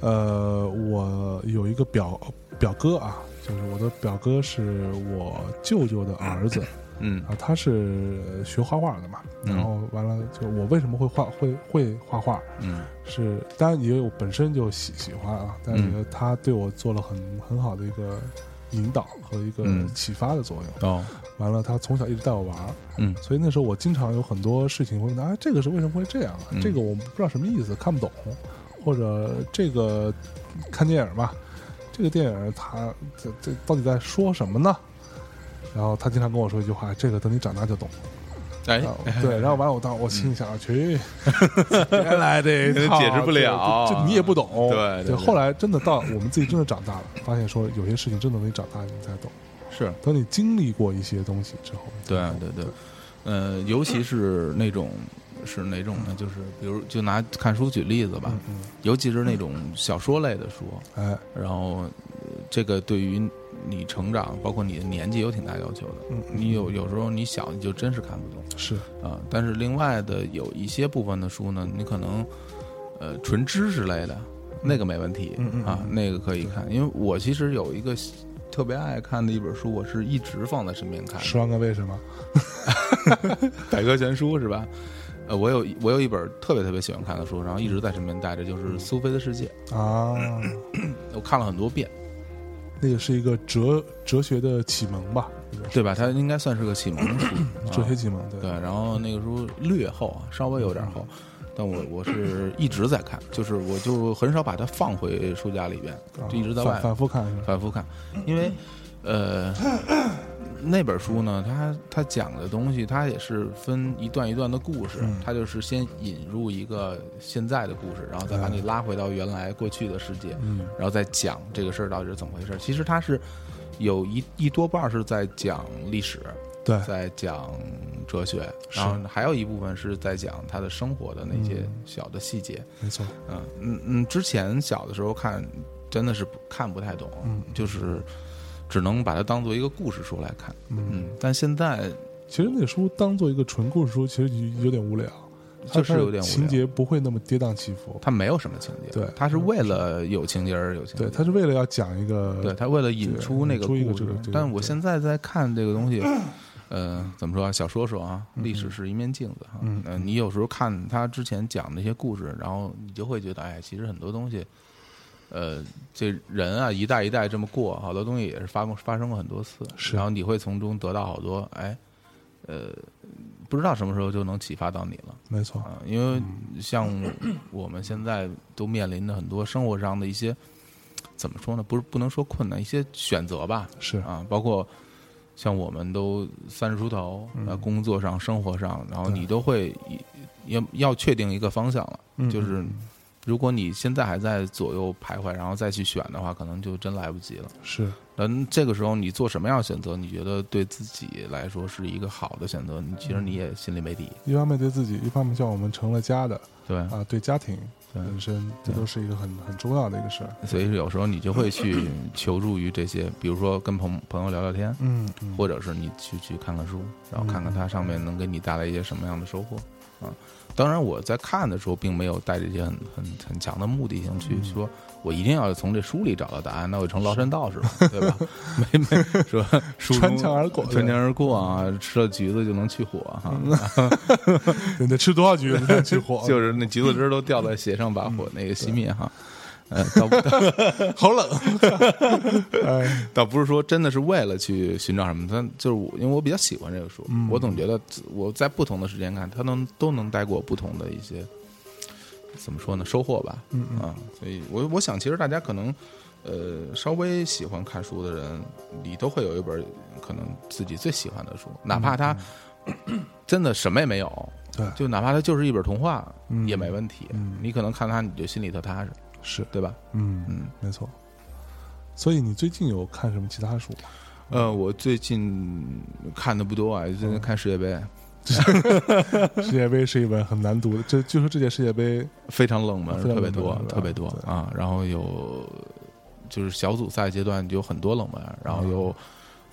A: 呃，我有一个表表哥啊，就是我的表哥是我舅舅的儿子
B: 嗯
A: 啊，他是学画画的嘛。
B: 嗯
A: 然后完了，就我为什么会画会会画画，
B: 嗯
A: 是当然也有本身就喜喜欢啊，但是
B: 嗯
A: 觉得他对我做了很很好的一个引导和一个
B: 嗯
A: 启发的作用。
B: 哦
A: 完了，他从小一直带我玩儿，
B: 嗯
A: 所以那时候我经常有很多事情会问他，啊，这个是为什么会这样啊？
B: 嗯
A: 这个我不知道什么意思，看不懂，或者这个看电影吧，这个电影它这这到底在说什么呢？然后他经常跟我说一句话，哎这个等你长大就懂了。
B: 哎嗯
A: 然后对，然后完了我当我心里想，啊 去，
B: 原来 这
A: 这一套
B: 哎解释不了，
A: 这这你也不懂。
B: 对对
A: 后来真的到我们自己真的长大了，发现说有些事情真的等你长大你才懂。
B: 是
A: 等你经历过一些东西之后，
B: 对对对，呃，尤其是那种是哪种呢？就是比如就拿看书举例子吧
A: 嗯，嗯，
B: 尤其是那种小说类的书，
A: 哎，
B: 然后呃这个对于你成长，包括你的年纪有挺大要求的。
A: 嗯嗯
B: 你有有时候你小你就真是看不懂
A: 是
B: 啊、但是另外的有一些部分的书呢，你可能呃纯知识类的那个没问题
A: 嗯嗯嗯
B: 啊，那个可以看。因为我其实有一个特别爱看的一本书，我是一直放在身边看的，
A: 十万个为什么，
B: 百科全书是吧？呃，我有我有一本特别特别喜欢看的书，然后一直在身边带着，就是《苏菲的世界》，
A: 啊，
B: 我看了很多遍，
A: 那个是一个哲哲学的启蒙吧，，
B: 对吧？它应该算是个启蒙书
A: 哲学
B: 啊
A: 启蒙，对
B: 对。然后那个书略厚啊，稍微有点厚，但我我是一直在看，就是我就很少把它放回书架里边，
A: 啊
B: 就一直在
A: 反
B: 外
A: 反复看是吧？
B: 反复看，
A: 嗯
B: 因为呃。那本书呢，它它讲的东西，它也是分一段一段的故事，
A: 嗯
B: 它就是先引入一个现在的故事，然后再把你拉回到原来过去的世界，
A: 嗯
B: 然后再讲这个事儿到底是怎么回事儿。其实它是有一一多半儿是在讲历史，
A: 对，
B: 在讲哲学，
A: 是嗯
B: 然后还有一部分是在讲他的生活的那些小的细节。
A: 没错，
B: 嗯嗯嗯，之前小的时候看真的是不看不太懂，
A: 嗯
B: 就是只能把它当做一个故事书来看。
A: 嗯，
B: 嗯，但现在
A: 其实那书当做一个纯故事书，其实有有点无聊，它
B: 就是有点无聊
A: 它情节不会那么跌宕起伏，
B: 它没有什么情节，
A: 对嗯
B: 它是为了有情节而有情节，
A: 对，它是为了要讲一个，
B: 对，他为了引出那个
A: 对引
B: 故
A: 出一个这
B: 事
A: 个这个。
B: 但我现在在看这个东 西，呃，怎么说啊？小说说啊，历史是一面镜子哈。
A: 嗯
B: 呃，你有时候看他之前讲那些故事，然后你就会觉得，哎，其实很多东西呃，这人啊一代一代这么过，好多东西也是发过发生过很多次，
A: 是
B: 然后你会从中得到好多，哎，呃，不知道什么时候就能启发到你了。
A: 没错，
B: 啊，因为像我们现在都面临着很多生活上的一些怎么说呢？不是不能说困难，一些选择吧
A: 是
B: 啊，包括像我们都三十出头，
A: 嗯
B: 那、工作上、生活上，然后你都会要要确定一个方向了，
A: 嗯
B: 就是。如果你现在还在左右徘徊，然后再去选的话，可能就真来不及了。
A: 是
B: 嗯，这个时候你做什么样的选择，你觉得对自己来说是一个好的选择，你其实
A: 嗯
B: 你也心里没底。
A: 一方面对自己，一方面像我们成了家的
B: 对，
A: 啊，对家庭
B: 对
A: 本身，这
B: 对
A: 都是一个很很重要的一个事儿。
B: 所以有时候你就会 去求助于这些，比如说跟朋朋友聊聊天，
A: 嗯，嗯
B: 或者是你去去看看书，然后看看它上面能给你带来一些什么样的收获啊。当然，我在看的时候并没有带着一些很很很强的目的性去说，我一定要从这书里找到答案，那我成崂山道 士了，对吧？没没说 书中
A: 穿墙而过
B: 穿墙而过啊，吃了橘子就能去火哈、？
A: 你得吃多少橘子才去火
B: 就是那橘子汁儿都掉在鞋上，把火那个熄灭哈。 呃，到不到
A: 好 冷， 哎，
B: 倒不是说真的是为了去寻找什么，但就是我，因为我比较喜欢这个书，我总觉得我在不同的时间看，它能都能带给我不同的一些怎么说呢收获吧，嗯啊，所以我我想其实大家可能呃稍微喜欢看书的人，你都会有一本可能自己最喜欢的书，哪怕它 真的什么也没有，
A: 对
B: 就哪怕它就是一本童话
A: 嗯
B: 也没问题，
A: 嗯
B: 你可能看它你就心里头踏实，
A: 是，
B: 对吧？
A: 嗯
B: 嗯，
A: 没错。所以你最近有看什么其他书吗？
B: 呃，我最近看的不多啊，
A: 嗯
B: 最近看世界杯，
A: 世界杯是一本很难读的，这据说这届世界杯
B: 非常冷门
A: 啊非，常
B: 特别
A: 冷门
B: 多
A: 是，吧
B: 特别多
A: 对
B: 啊。然后有就是小组赛阶段有很多冷门，然后
A: 嗯
B: 有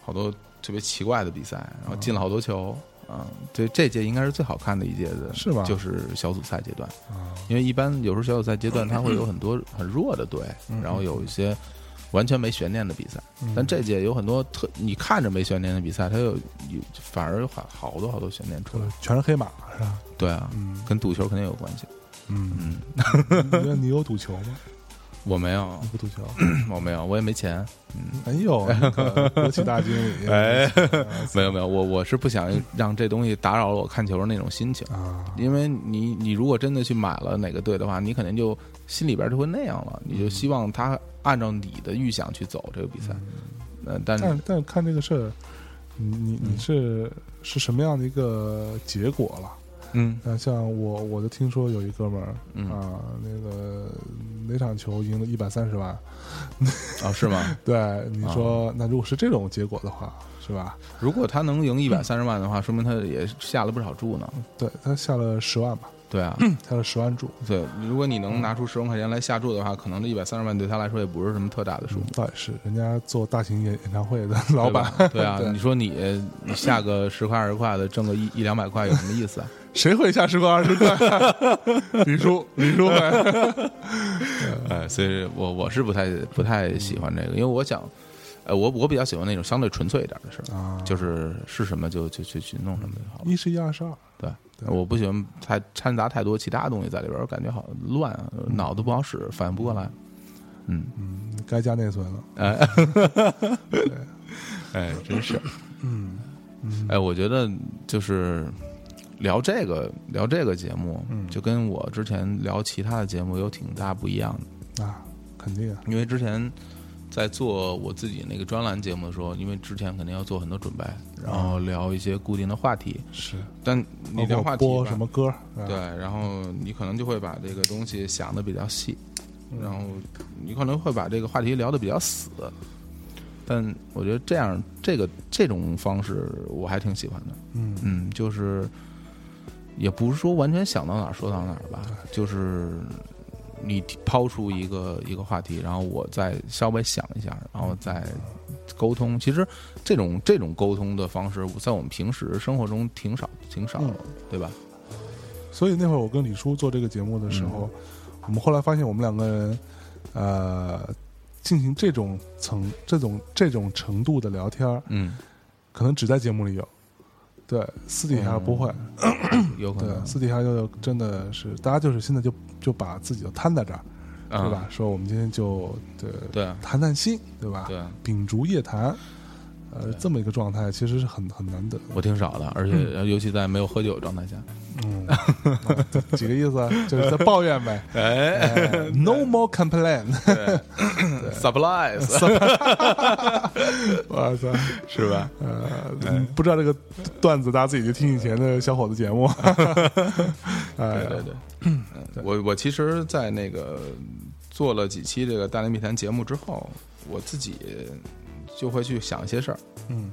B: 好多特别奇怪的比赛，然后进了好多球。啊，对，这届应该是最好看的一届的，
A: 是吧
B: 就是小组赛阶段，
A: 啊，
B: 因为一般有时候小组赛
A: 嗯
B: 阶段它会有很多很弱的队，然后有一些完全没悬念的比赛。
A: 嗯
B: 但这届有很多特你看着没悬念的比赛，它有有反而有好好多好多悬念出
A: 对
B: 来。
A: 呃全是黑马是吧？
B: 对啊，跟赌球肯定有关系。
A: 嗯，
B: 嗯，
A: 你觉得你有赌球吗？
B: 我没有
A: 你，不赌球？
B: 我没有，我也没钱。
A: 哎呦，那 个国企大经理，
B: 哎， 没有没有，我我是不想让这东西打扰了我看球的那种心情，
A: 啊，
B: 因为你你如果真的去买了哪个队的话，你肯定就心里边就会那样了，你就希望他按照你的预想去走这个比赛。嗯，但是
A: 但但看这个事儿，你你你是是什么样的一个结果了？
B: 嗯
A: 那像我，我就听说有一哥们儿、
B: 嗯
A: 啊，那个哪场球赢了一百三十万。
B: 哦是 吗？
A: 对，你说、
B: 啊
A: 那如果是这种结果的话，是吧？
B: 如果他能赢一百三十万的话，说明他也下了不少注呢。
A: 对他下了十万吧，
B: 对啊，
A: 下了十万注，
B: 对，如果你能拿出十万块钱来下注的话，可能这一百三十万对他来说也不是什么特大的数目。
A: 倒也是人家做大型演演唱会的老
B: 对
A: 板
B: 吧，对啊，你说你你下个十块二十块的，挣个一一两百块有什么意思啊？
A: 谁会下十块二十块？ 李叔，李 叔会。
B: 哎，所以我我是不太不太喜欢这个，因为我想，呃，我我比较喜欢那种相对纯粹一点的事儿，
A: 啊
B: 就是是什么就就去去弄什么就好了。
A: 一是一，二是二，
B: 对，我不喜欢太掺杂太多其他东西在里边儿，我感觉好乱啊，脑子不好使，反应不过来。嗯，
A: 嗯，该加内存了。
B: 哎，哎，真是，嗯，哎，我觉得就是聊这个聊这个节目，就跟我之前聊其他的节目有挺大不一样的，
A: 啊，肯定啊，
B: 因为之前。在做我自己那个专栏节目的时候，因为之前肯定要做很多准备，然后聊一些固定的话题。
A: 是
B: 但你聊
A: 包括
B: 话题
A: 播
B: 吧
A: 什么歌儿？啊
B: 对，，然后你可能就会把这个东西想的比较细，
A: 嗯
B: 然后你可能会把这个话题聊的比较死。但我觉得这样，这个这种方式我还挺喜欢的。
A: 嗯，
B: 嗯，就是也不是说完全想到哪儿说到哪儿吧，就是你抛出一个一个话题，然后我再稍微想一下，然后再沟通。其实这种这种沟通的方式，在我们平时生活中挺少挺少
A: 嗯，
B: 对吧？
A: 所以那会儿我跟李叔做这个节目的时候，
B: 嗯
A: 我们后来发现我们两个人，呃，进行这种层、这种这种程度的聊天儿，
B: 嗯。
A: 可能只在节目里有，对，私底
B: 嗯
A: 下不会，
B: 有可
A: 对，
B: 能。
A: 私底下就真的是大家就是现在就就把自己就摊在这儿，
B: 啊
A: 对吧？说我们今天就对
B: 对
A: 谈谈心，对吧？
B: 对，
A: 秉烛夜谈，呃，这么一个状态其实是很很难得。
B: 我挺少的，而且呃尤其在没有喝酒的状态下，
A: 嗯， 几个意思啊就是在抱怨呗。
B: 哎
A: 哎 no more complain，
B: 嗯 ，surprise
A: 我操！
B: 嗯是吧？
A: 呃，
B: 哎
A: 不知道这个段子，大家自己去听以前的小伙子 节目。哎
B: 对对对，嗯我我其实，在那个做了几期这个大内密谈节目之后，我自己就会去想一些事儿。
A: 嗯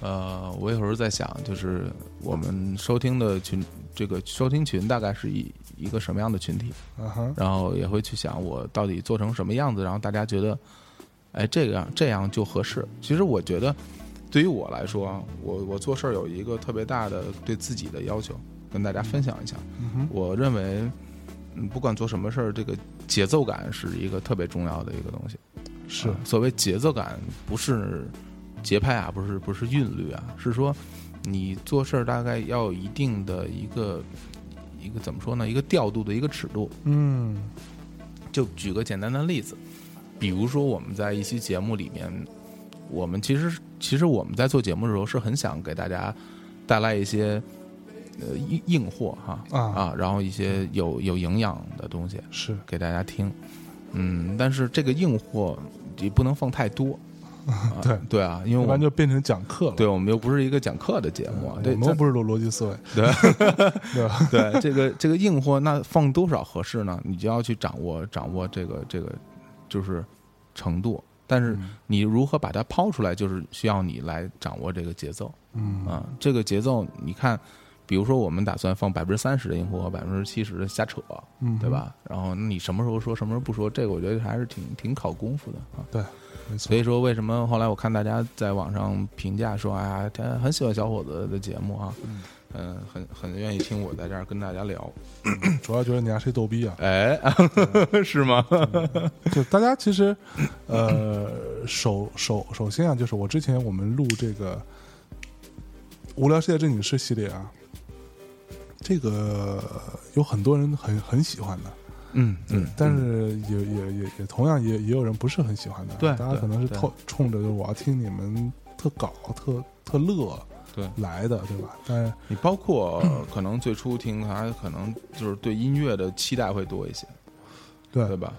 B: 呃，我有时候在想，就是我们收听的群，这个收听群大概是一一个什么样的群体，
A: 啊哈，
B: 然后也会去想我到底做成什么样子，然后大家觉得，哎，这个这样就合适。其实我觉得，对于我来说，啊我我做事儿有一个特别大的对自己的要求，跟大家分享一下。
A: 嗯哼，
B: 我认为，嗯，不管做什么事儿，这个节奏感是一个特别重要的一个东西。
A: 是
B: 啊所谓节奏感，不是节拍啊，不是不是韵律啊，是说你做事儿大概要有一定的一个一个怎么说呢？一个调度的一个尺度。
A: 嗯
B: 就举个简单的例子，比如说我们在一期节目里面，我们其实其实我们在做节目的时候是很想给大家带来一些呃硬硬货哈
A: 啊
B: 然后一些有有营养的东西
A: 是
B: 给大家听，嗯，但是这个硬货也不能放太多，啊
A: 对
B: 对啊，因为
A: 要不
B: 我
A: 然
B: 们
A: 就变成讲课了。呃
B: 对我们又不是一个讲课的节目，啊
A: 我
B: 对
A: 们又不是逻逻辑思维，
B: 对
A: 对 吧？
B: 对这个这个硬货，那放多少合适呢？你就要去掌握掌握这个这个就是程度，但是
A: 嗯
B: 你如何把它抛出来，就是需要你来掌握这个节奏
A: 嗯
B: 啊。这个节奏，你看，比如说我们打算放百分之三十的硬货和百分之七十的瞎扯，
A: 嗯，
B: 对？吧？然后你什么时候说，什么时候不说，这个我觉得还是挺挺考功夫的啊。
A: 对，没错
B: 所。以说，为什么后来我看大家在网上评价说，哎呀，他很喜欢小伙子的节目啊，
A: 嗯
B: 嗯，很很愿意听我在这儿跟大家聊，！
A: 主要觉得你还是一逗逼啊
B: 哎，是吗？
A: 就大家其实，呃，首首首先啊，就是我之前我们录这个《无聊世界正经事》系列啊，这个有很多人很很喜欢的，
B: 嗯嗯，
A: 但是也也也也同样也也有人不是很喜欢的，啊
B: 对
A: 大家可能是
B: 对
A: 透冲着就是我要听你们特搞特特乐
B: 对
A: 来的，对吧？但是
B: 你包括可能最初听他，可能就是对音乐的期待会多一些，
A: 对
B: 对吧？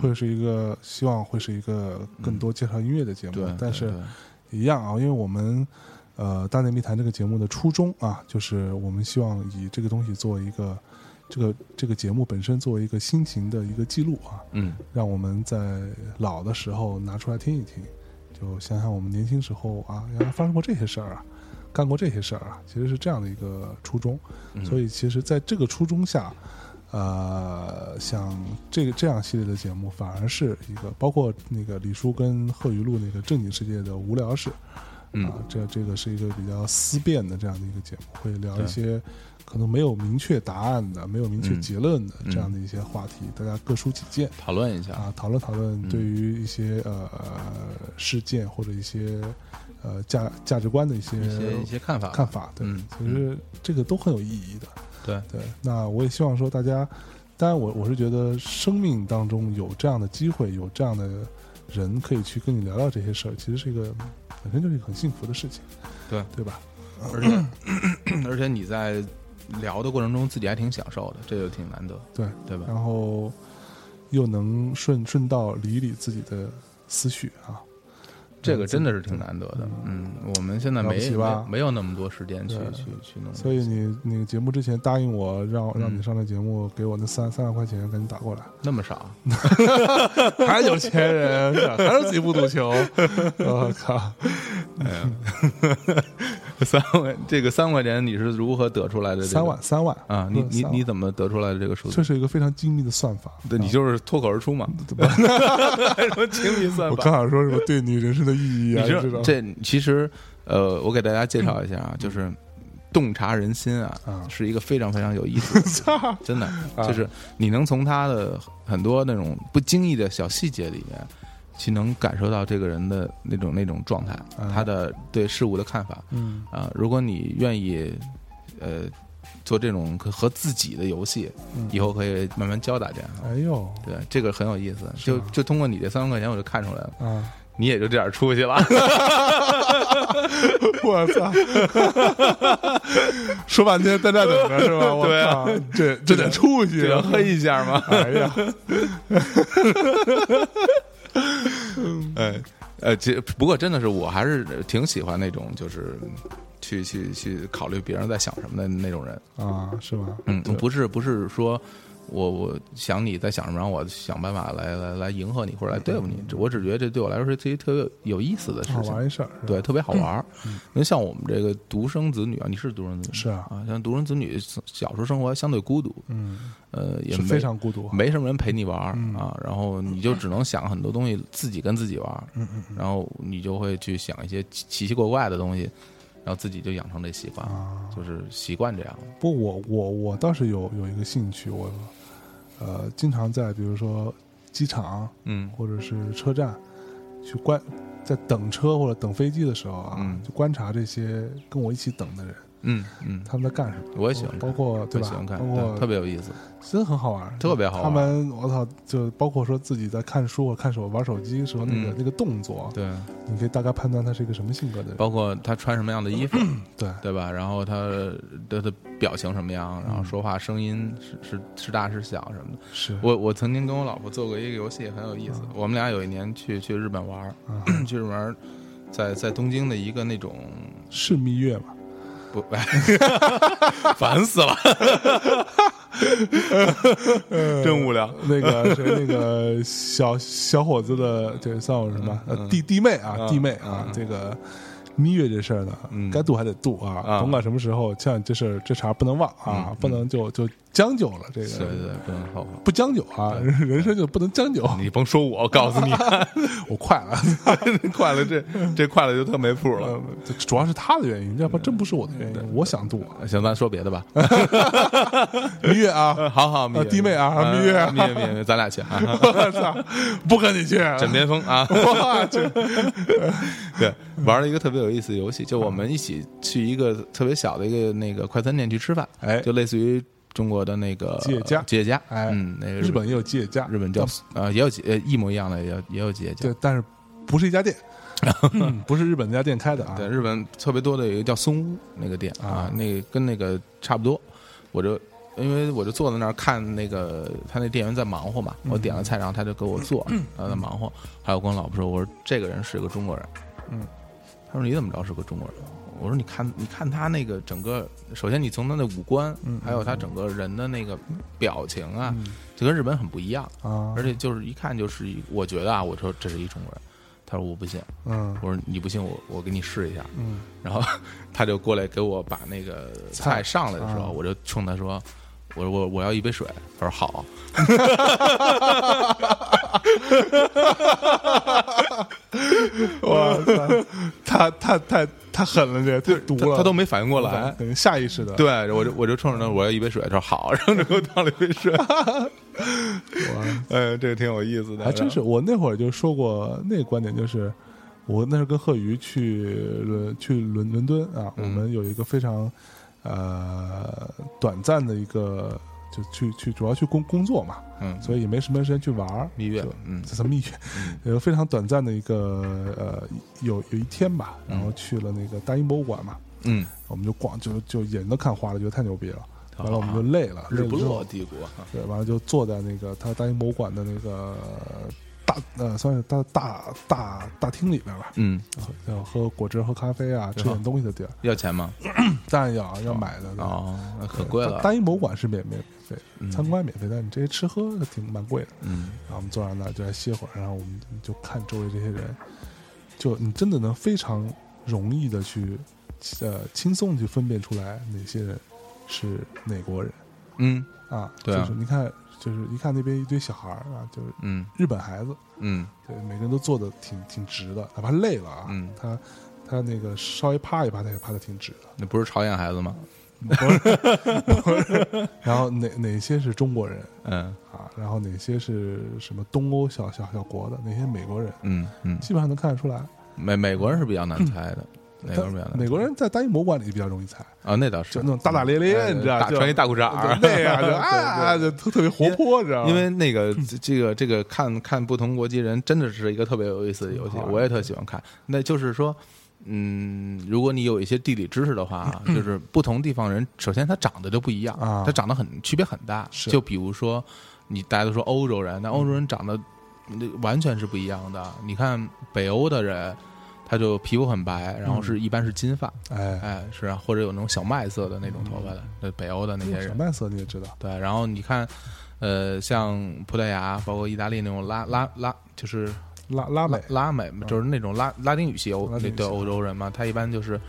A: 会是一个希望会是一个更多介绍音乐的节目，
B: 嗯对，
A: 但是
B: 对对
A: 一样啊，因为我们呃《大内密谈》这个节目的初衷啊，就是我们希望以这个东西做一个这个这个节目本身作为一个心情的一个记录啊，
B: 嗯，
A: 让我们在老的时候拿出来听一听，就想想我们年轻时候啊，原来发生过这些事儿啊，干过这些事儿啊，其实是这样的一个初衷。
B: 嗯
A: 所以其实在这个初衷下，呃，像这个这样系列的节目，反而是一个包括那个李叔跟贺雨露那个正经世界的无聊史，
B: 嗯
A: 啊，这这个是一个比较思辨的这样的一个节目，会聊一些可能没有明确答案的、没有明确
B: 嗯
A: 结论的
B: 嗯
A: 这样的一些话题，大家各抒己见。
B: 讨论一下，
A: 啊，讨论讨
B: 嗯
A: 论对于一些、呃事件或者一些呃价价值观的一些
B: 一些一些看法，
A: 呃看法，对，
B: 嗯
A: 其实这个都很有意义的。
B: 对
A: 对，那我也希望说大家，当然我我是觉得生命当中有这样的机会，有这样的人可以去跟你聊聊这些事儿，其实是一个本身就是一个很幸福的事情，
B: 对
A: 对吧？
B: 而且而且 你在聊的过程中，自己还挺享受的，这就挺难得，
A: 对，
B: 对吧？
A: 然后又能顺顺道理一理自己的思绪啊，
B: 这个真的是挺难得的，嗯，我们现在
A: 了不
B: 没
A: 起吧
B: 没没有那么多时间去
A: 对
B: 去去弄，
A: 所以你
B: 嗯
A: 你节目之前答应我让让你上这节目，给我那三三万块钱，赶紧打过 来。
B: 那 么少，
A: 还是有钱人，还是自己不赌球。
B: 哦
A: 我 靠！
B: 三万这个三块钱你是如何得出来的？
A: 三万，三万
B: 啊，你你你
A: 怎
B: 怎么得出来的这个数字
A: 这？是一个非常精密的算法。啊
B: 对，你就是脱口而 出嘛，什么亲密算
A: 我
B: 法？
A: 刚想说什么对你人生的意义
B: 你
A: 啊，
B: 知
A: 种
B: 道这其实，呃，我给大家介绍一下啊，就是洞察人心啊
A: 啊，
B: 是一个非常非常有意思的事情，真 的，就是你能从他的很多那种不经意的小细节里面，去能感受到这个人的那种那种状态，
A: 啊
B: 他的对事物的看法
A: 嗯
B: 啊。如果你愿意，呃，做这种可和自己的游戏，以后可以慢慢教大家。
A: 嗯哎呦
B: 对，这个很有意思，
A: 是
B: 就
A: 吗
B: 就通过你这三万块钱，我就看出来了，
A: 啊！
B: 啊你也就这样出去 了。
A: 我操！说半天在这等着是 吧？我
B: 对啊
A: 操，这这得出去
B: 对，
A: 啊！
B: 黑一下嘛。
A: 哎呀，
B: 哎， 呃，其实不过真的是，我还是挺喜欢那种就是去去去考虑别人在想什么的那种人。
A: 啊，是吧？
B: 嗯，
A: 对
B: 不是不是说我我想你在想什么，然后我想办法来来来迎合你或者来对付你。我只觉得这对我来说是一特别有有意思的事
A: 嗯好
B: 情。
A: 玩一事儿，是吧
B: 对，特别好玩儿。因为像我们这个独生子女啊，你是独生子女
A: 是啊
B: 啊，像独生子女小时候生活相对孤独，
A: 嗯，
B: 呃，也
A: 是
B: 没
A: 非常孤独嗯啊，
B: 没什么人陪你玩儿、啊，然后你就只能想很多东西自己跟自己玩儿，
A: 嗯
B: 然后你就会去想一些奇奇奇怪怪的东西，然后自己就养成这习惯，
A: 啊
B: 就是习惯这样了。
A: 不，我我我倒是有有一个兴趣，我呃经常在比如说机场
B: 嗯
A: 或者是车站去观，在等车或者等飞机的时候啊，
B: 嗯
A: 就观察这些跟我一起等的人，
B: 嗯嗯，
A: 他们在干什么，
B: 我也喜欢看，
A: 包括对
B: 我
A: 吧
B: 喜欢？看，
A: 包
B: 对特
A: 括
B: 别有意思。
A: 真的很好玩，
B: 特别好玩
A: 他们我操，就包括说自己在看书或看手玩手机时候那个、
B: 嗯
A: 那个动作，
B: 对，
A: 你可以大概判断他是一个什么性格的人。
B: 包括他穿什么样的 衣服，
A: 对，
B: 对吧？然后他的的表情什么样，然后说话声音是是是大是小什么的。
A: 是
B: 我我曾经跟我老婆做过一个游戏，很有意思。我们俩有一年去去日本玩儿，
A: 啊，
B: 去日本玩儿，在在东京的一个那种
A: 是蜜月嘛？
B: 不， 烦死 了，真无聊。
A: 那个是那个小小伙子的，这算我什
B: 嗯
A: 么？呃弟弟妹啊，弟妹啊，这个蜜月这事儿呢，该度还得度啊，
B: 嗯啊嗯
A: 甭管什么时候，千万这事儿这茬儿不能忘啊，不能就就将就了，这
B: 对对
A: 个
B: 对，不能后悔。
A: 不将就啊，人 人生就不能将就，
B: 你甭说我，我告 诉你，
A: 我快了， 呃
B: 快乐这这快乐就特没谱了。
A: 这主要是他的原因，要不真不是我的
B: 嗯
A: 原因，我想度啊，
B: 行，咱说别的吧。
A: 蜜月啊，
B: 好好，蜜月
A: 啊弟妹啊
B: 嗯
A: 蜜月
B: 蜜月，蜜月，咱俩去啊。
A: 我操，不跟你去，
B: 枕边风 啊！
A: 我去，
B: 对，玩了一个特别有意思的游戏，就我们一起去一个特别小的一个那个快餐店去吃饭，
A: 哎
B: 就类似于中国的那个
A: 吉野家
B: 吉野家，
A: 哎
B: 嗯，那个
A: 日本也有吉野家，
B: 日本叫呃也有吉呃一模一样的，也有也有吉野家
A: 对，，但是不是一 家店，嗯不是日本那家店开的啊。
B: 对，日本特别多的有一个叫松屋那个店
A: 啊
B: 啊，那个跟那个差不多，我就。因为我就坐在那儿看那个他那店员在忙活嘛，
A: 嗯
B: 我点了菜，然后他就给我做，他在忙活。还有我跟我老婆说，我说这个人是个中国人，
A: 嗯，
B: 他说你怎么知道是个中国人？我说你看，你看他那个整个，首先你从他的五官，
A: 嗯
B: 还有他整个人的那个表情啊，就跟日本很不一样，
A: 啊
B: 而，且就是一看就是一，我觉得啊，我说这是一中国人，他说我不信，
A: 嗯
B: 我说你不信我，我给你试一下。
A: 嗯，
B: 然后他就过来给我把那个菜上来的时
A: 啊
B: 候，我就冲他说：“我我我要一杯水。”他说：“好。
A: 哇塞，他他太太狠了，这太毒
B: 他”
A: 了，嗯
B: 他都没反应过
A: 来，
B: 来。
A: 等于下意识的。，
B: 对，我就我就冲着他我要一杯水，他说好，然后就给我倒了一杯水。哎，这个挺有意思的，
A: 还真是。我那会儿就说过那个观点，就是我那时候跟贺宇去伦去伦伦敦啊，
B: 嗯
A: 我们有一个非常呃短暂的一个，就去去主要去工工作嘛，
B: 嗯，
A: 所以也没什么时间去玩儿。
B: 蜜月
A: 就，
B: 嗯
A: 这是蜜月，有非常短暂的一个呃，有有一天吧，然后去了那个大英博物馆嘛，
B: 嗯，
A: 我们就逛，就就眼都看花了，觉得太牛逼了。
B: 好
A: 完了我们就累了，
B: 日不
A: 累了之
B: 落
A: 后，
B: 帝国，
A: 对，完了就坐在那个他大英博物馆的那个大呃，算是大大大大厅里边吧，
B: 嗯，
A: 然后喝果汁、喝咖啡啊，吃点东西的地儿，
B: 要钱吗？
A: 当然要要买的。
B: 哦，那可
A: 对
B: 贵
A: 大
B: 了，
A: 大英博物馆是免免费，参观免费，但你这些吃喝挺蛮贵的。
B: 嗯，
A: 然后我们坐在那儿就在歇会儿，然后我们就看周围这些人，就你真的能非常容易的去，呃，轻松地去分辨出来哪些人是哪国人
B: 嗯
A: 啊。
B: 对啊
A: 就是你看，就是一看那边一堆小孩儿啊，就是
B: 嗯
A: 日本孩子，
B: 嗯
A: 对，每个人都坐的挺挺直的，哪怕累了啊，
B: 嗯
A: 他他那个稍微趴一趴，他也趴的挺直的。
B: 那不是朝鲜孩子吗？
A: 然后哪哪些是中国人
B: 嗯
A: 啊？然后哪些是什么东欧小小小国的？哪些美国人？
B: 嗯嗯，
A: 基本上能看得出来。
B: 美美国人是比较难猜的，哪国人表演
A: 嗯美
B: 的？
A: 国人在单一模馆里比较容易踩，
B: 啊，那倒是，
A: 就那种大大咧咧，
B: 呃
A: 你知道，
B: 大
A: 就
B: 穿一大裤衩
A: 就
B: 儿，
A: 那样就 啊，就特特别活泼，知道吗？
B: 因为那个这这个这个看看不同国籍人真的是一个特别有意思的游戏
A: 好，玩
B: 我也特喜欢看。那就是说，嗯，如果你有一些地理知识的 话，就是不同地方人，首先他长得就不一样
A: 啊，
B: 他长得很区别很大。
A: 是嗯
B: 就比如说，你大家都说欧洲人，那欧洲人长得那完全是不一样的。你看北欧的人，他就皮肤很白，然后是
A: 嗯
B: 一般是金发，
A: 哎，
B: 哎，是啊，或者有那种小麦色的那种头
A: 嗯
B: 发的，那北欧的那些人
A: 小。麦色你也知道，
B: 对，然后你看，呃，像葡萄牙，包括意大利那种拉拉拉，就是
A: 拉拉美嗯
B: 拉美，就是那种拉拉丁语系欧
A: 拉丁语系
B: 对欧洲人嘛，他一般就是，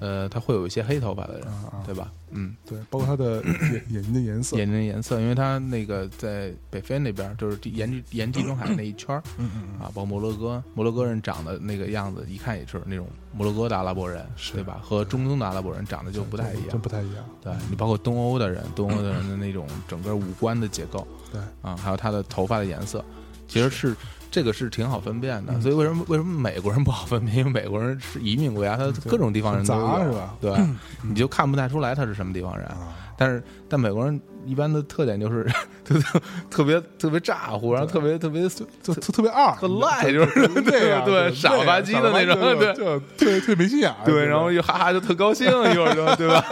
B: 呃，他会有一些黑头发的人，
A: 啊啊，
B: 对吧？嗯，
A: 对，包括他 的眼眼睛的颜色，
B: 眼睛的颜色，因为他那个在北非那边，就是地沿沿地中海那一圈儿
A: 嗯嗯嗯，
B: 啊，包括摩洛哥，摩洛哥人长得那个样子，一看也是那种摩洛哥的阿拉伯人，
A: 是
B: 对吧？和中东的阿拉伯人长得就不太一
A: 真
B: 样。
A: 不太一样，
B: 对你包括东欧的人，东欧的人的那种整个五官的结构，
A: 对
B: 啊，还有他的头发的颜色，其实是嗯这个是挺好分辨的。所以为什么为什么美国人不好分辨？因为美国人是移民国家，他
A: 对
B: 各种地方人都
A: 很杂是
B: 有，
A: 吧？
B: 对，你就看不太出来他是什么地方人。
A: 啊，
B: 但是但美国人一般的特点就是 特特特别特别咋呼，然后特别特别
A: 就特特别二，
B: 特赖，就是
A: 对
B: 对
A: 呀，
B: 对，傻了吧唧的那种，
A: 对，。就
B: 对
A: 特别特别没心眼儿，
B: 对，
A: 就是
B: 然后又哈哈就特高兴，一会儿就对吧？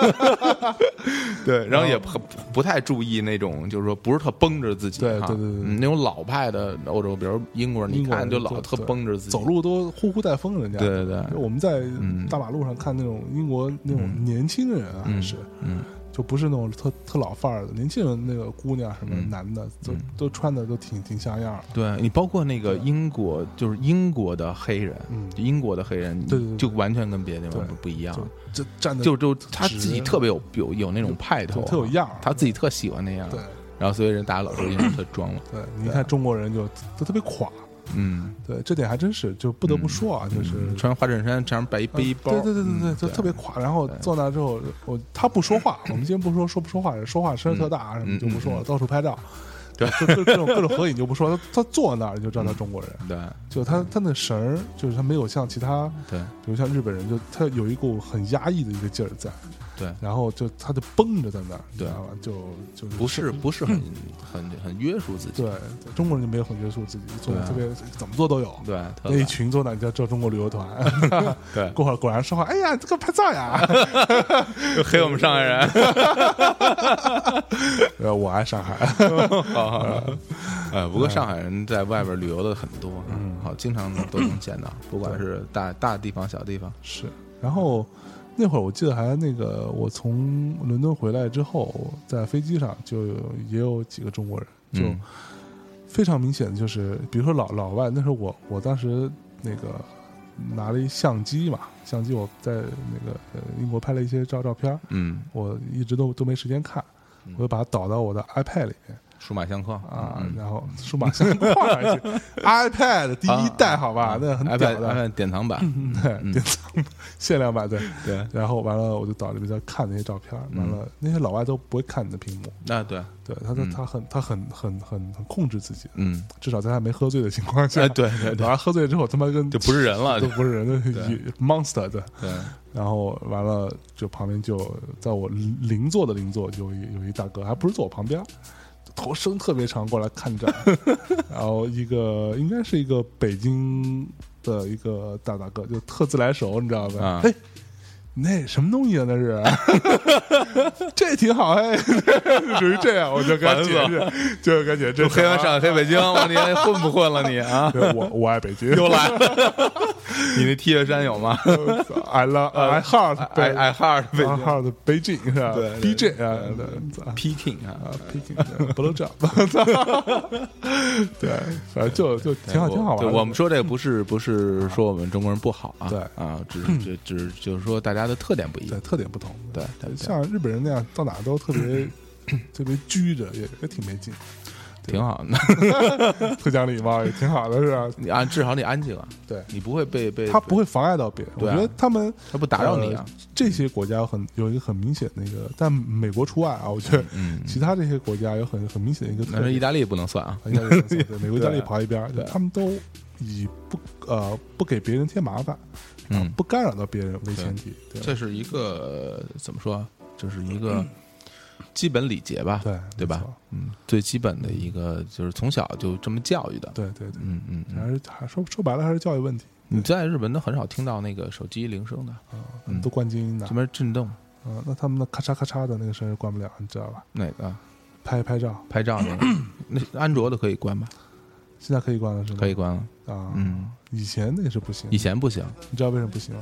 B: 对，然后也不不太注意那种，就是说不是特绷着自己，
A: 对
B: 哈
A: 对对对
B: 嗯那种老派的欧洲，比如英国人，你
A: 英国人
B: 看就老
A: 就
B: 特
A: 对
B: 绷着自己，
A: 走，路都呼呼带风，人家
B: 对对对，
A: 就我们在
B: 嗯
A: 大马路上看那种英国那种年轻人啊，还
B: 嗯
A: 是
B: 嗯，
A: 就不是那种特特老范儿的年轻人，那个姑娘什么
B: 嗯
A: 男的都都穿的都挺挺像样儿的，
B: 对你包括那个英国，就是英国的黑人，
A: 嗯
B: 英国的黑人，
A: 对对对
B: 就完全跟别的地方
A: 对
B: 不不一样，
A: 就就站的
B: 啊就就他自己
A: 直
B: 特别有有有那种派头
A: 就
B: 啊，
A: 特有样儿。
B: 他自己特喜欢那样，
A: 对
B: 然后所以人大家老说英国特装了，
A: 对，你看中国人就都特别垮，
B: 嗯。
A: 对这点还真是，就不得不说啊，就是啊呃
B: 嗯穿花衬衫，这样背一背一包，
A: 对对对对对，
B: 嗯
A: 就特别垮。然后坐那之后，我他不说 话，我们今天不说说不说话，说话声儿特大，什
B: 嗯
A: 么就不说了，到处拍照，
B: 对嗯
A: 就，就各种各种合影就不说，他他坐那儿就知道他中国人，
B: 对
A: 就他他那神儿，就是他没有像其他，
B: 对
A: 比如像日本人，就他有一股很压抑的一个劲儿在，
B: 对，
A: 然后就他就绷着在那儿，你知
B: 对
A: 道吧？就就
B: 不是不是很很很约束自己，
A: 对中国人就没有很约束自己，做
B: 对啊
A: 特别怎么做都有，
B: 对，特
A: 那一群坐那，你叫叫中国旅游团，
B: 对
A: 过会儿果然说话，哎呀，这个拍照呀。
B: 就黑我们上海人，
A: 呃，我爱上海，
B: 呃，不过上海人在外边旅游的很多，嗯，好，经常都能见到，不管是大大地方小地方，
A: 是。然后那会儿我记得还那个，我从伦敦回来之后，在飞机上就有也有几个中国人，
B: 嗯
A: 就非常明显的就是，比如说老老外，那时候我我当时那个拿了一相机嘛，相机我在那个呃英国拍了一些照照片儿，
B: 嗯，
A: 我一直都都没时间看
B: 嗯。
A: 我就把它导到我的 iPad 里面
B: 数码相框
A: 啊，
B: 嗯
A: 然后数码相框还行 ，iPad 第一代好吧，那很屌
B: 啊 iPad
A: 的，
B: iPad 典藏版，
A: 嗯，对，典藏 版限量版对。
B: 对，
A: 然后完了，我就到里面在看那些照片儿，
B: 嗯
A: 完了那些老外都不会看你的屏幕，
B: 那对，
A: 对他他
B: 嗯
A: 他很他很很很很控制自己，
B: 嗯，
A: 至少在他没喝醉的情况下
B: 哎，，对对对
A: 老，外喝醉之后他妈跟
B: 就不是人 了，
A: 都
B: 对
A: 不是人的 monster 对。
B: 对，
A: 然后完了，就旁边就在我邻座的邻座有一有一大哥，还不是坐我旁边，头伸特别长过来看 展，然后一个应该是一个北京的一个大大哥，就特自来熟，你知道吧
B: 啊？
A: 嘿、那什么东西啊？那 是，这挺好哎， 属于这样，我就跟他解释，就跟他解释，这
B: 黑完上
A: 啥
B: 海黑北京，我你还混不混了你啊？
A: 对我我爱北 京，
B: 又来了，你那 T 恤衫有吗？
A: I love I heart
B: 爱爱哈尔哎
A: I
B: 北京
A: heart 北京是吧
B: 对对
A: ？BJ 啊对
B: Peking 啊
A: 啊，，Peking 不露 照，对，反正就就挺好，
B: 对
A: 挺好玩
B: 对
A: 的。
B: 哎我们说这个不是不是说我们中国人不好啊，
A: 对
B: 啊，只 是只只就是说大家的特点不一
A: 对
B: 样，
A: 特点不同，
B: 对对对
A: 像日本人那样到哪都特 别特别拘着，也也挺没劲，
B: 挺好的。
A: 特讲礼貌，也挺好的，是吧？
B: 你安至少你安静啊，
A: 对
B: 你不会被被
A: 他不会妨碍到别人，我
B: 对啊
A: 觉得他们
B: 他不打扰你啊，
A: 呃这些国家很有一个很明显的一个，但美国除外啊，我觉得
B: 嗯，
A: 其他这些国家有很很明显的一个特
B: 但是意
A: 点。
B: 大利不能算啊，
A: 应该 是这么说对美国、意大利
B: 对
A: 跑一边儿，就
B: 对
A: 他们都以不呃不给别人添麻烦，
B: 嗯
A: 不干扰到别人为前提，对
B: 这是一个怎么说？这是一个基本礼节吧，
A: 嗯对
B: 对吧
A: 没错？
B: 嗯，最基本的一个就是从小就这么教育的。
A: 对对对，
B: 嗯嗯嗯，
A: 还是还说说白了还是教育问题
B: 你在日本都很少听到那个手机铃声的，
A: 啊
B: 嗯，
A: 都灌静音的
B: 这，边震动
A: 嗯，那他们的咔嚓咔嚓的那个声儿关不了，你知道吧？
B: 哪个
A: 拍拍照
B: 啊拍照 那个，那安卓的可以关吧？
A: 现在可以关了是吗？
B: 可以关了。
A: 啊，
B: 嗯，
A: 以前那个是不行，
B: 以前不行，
A: 你知道为什么不行吗？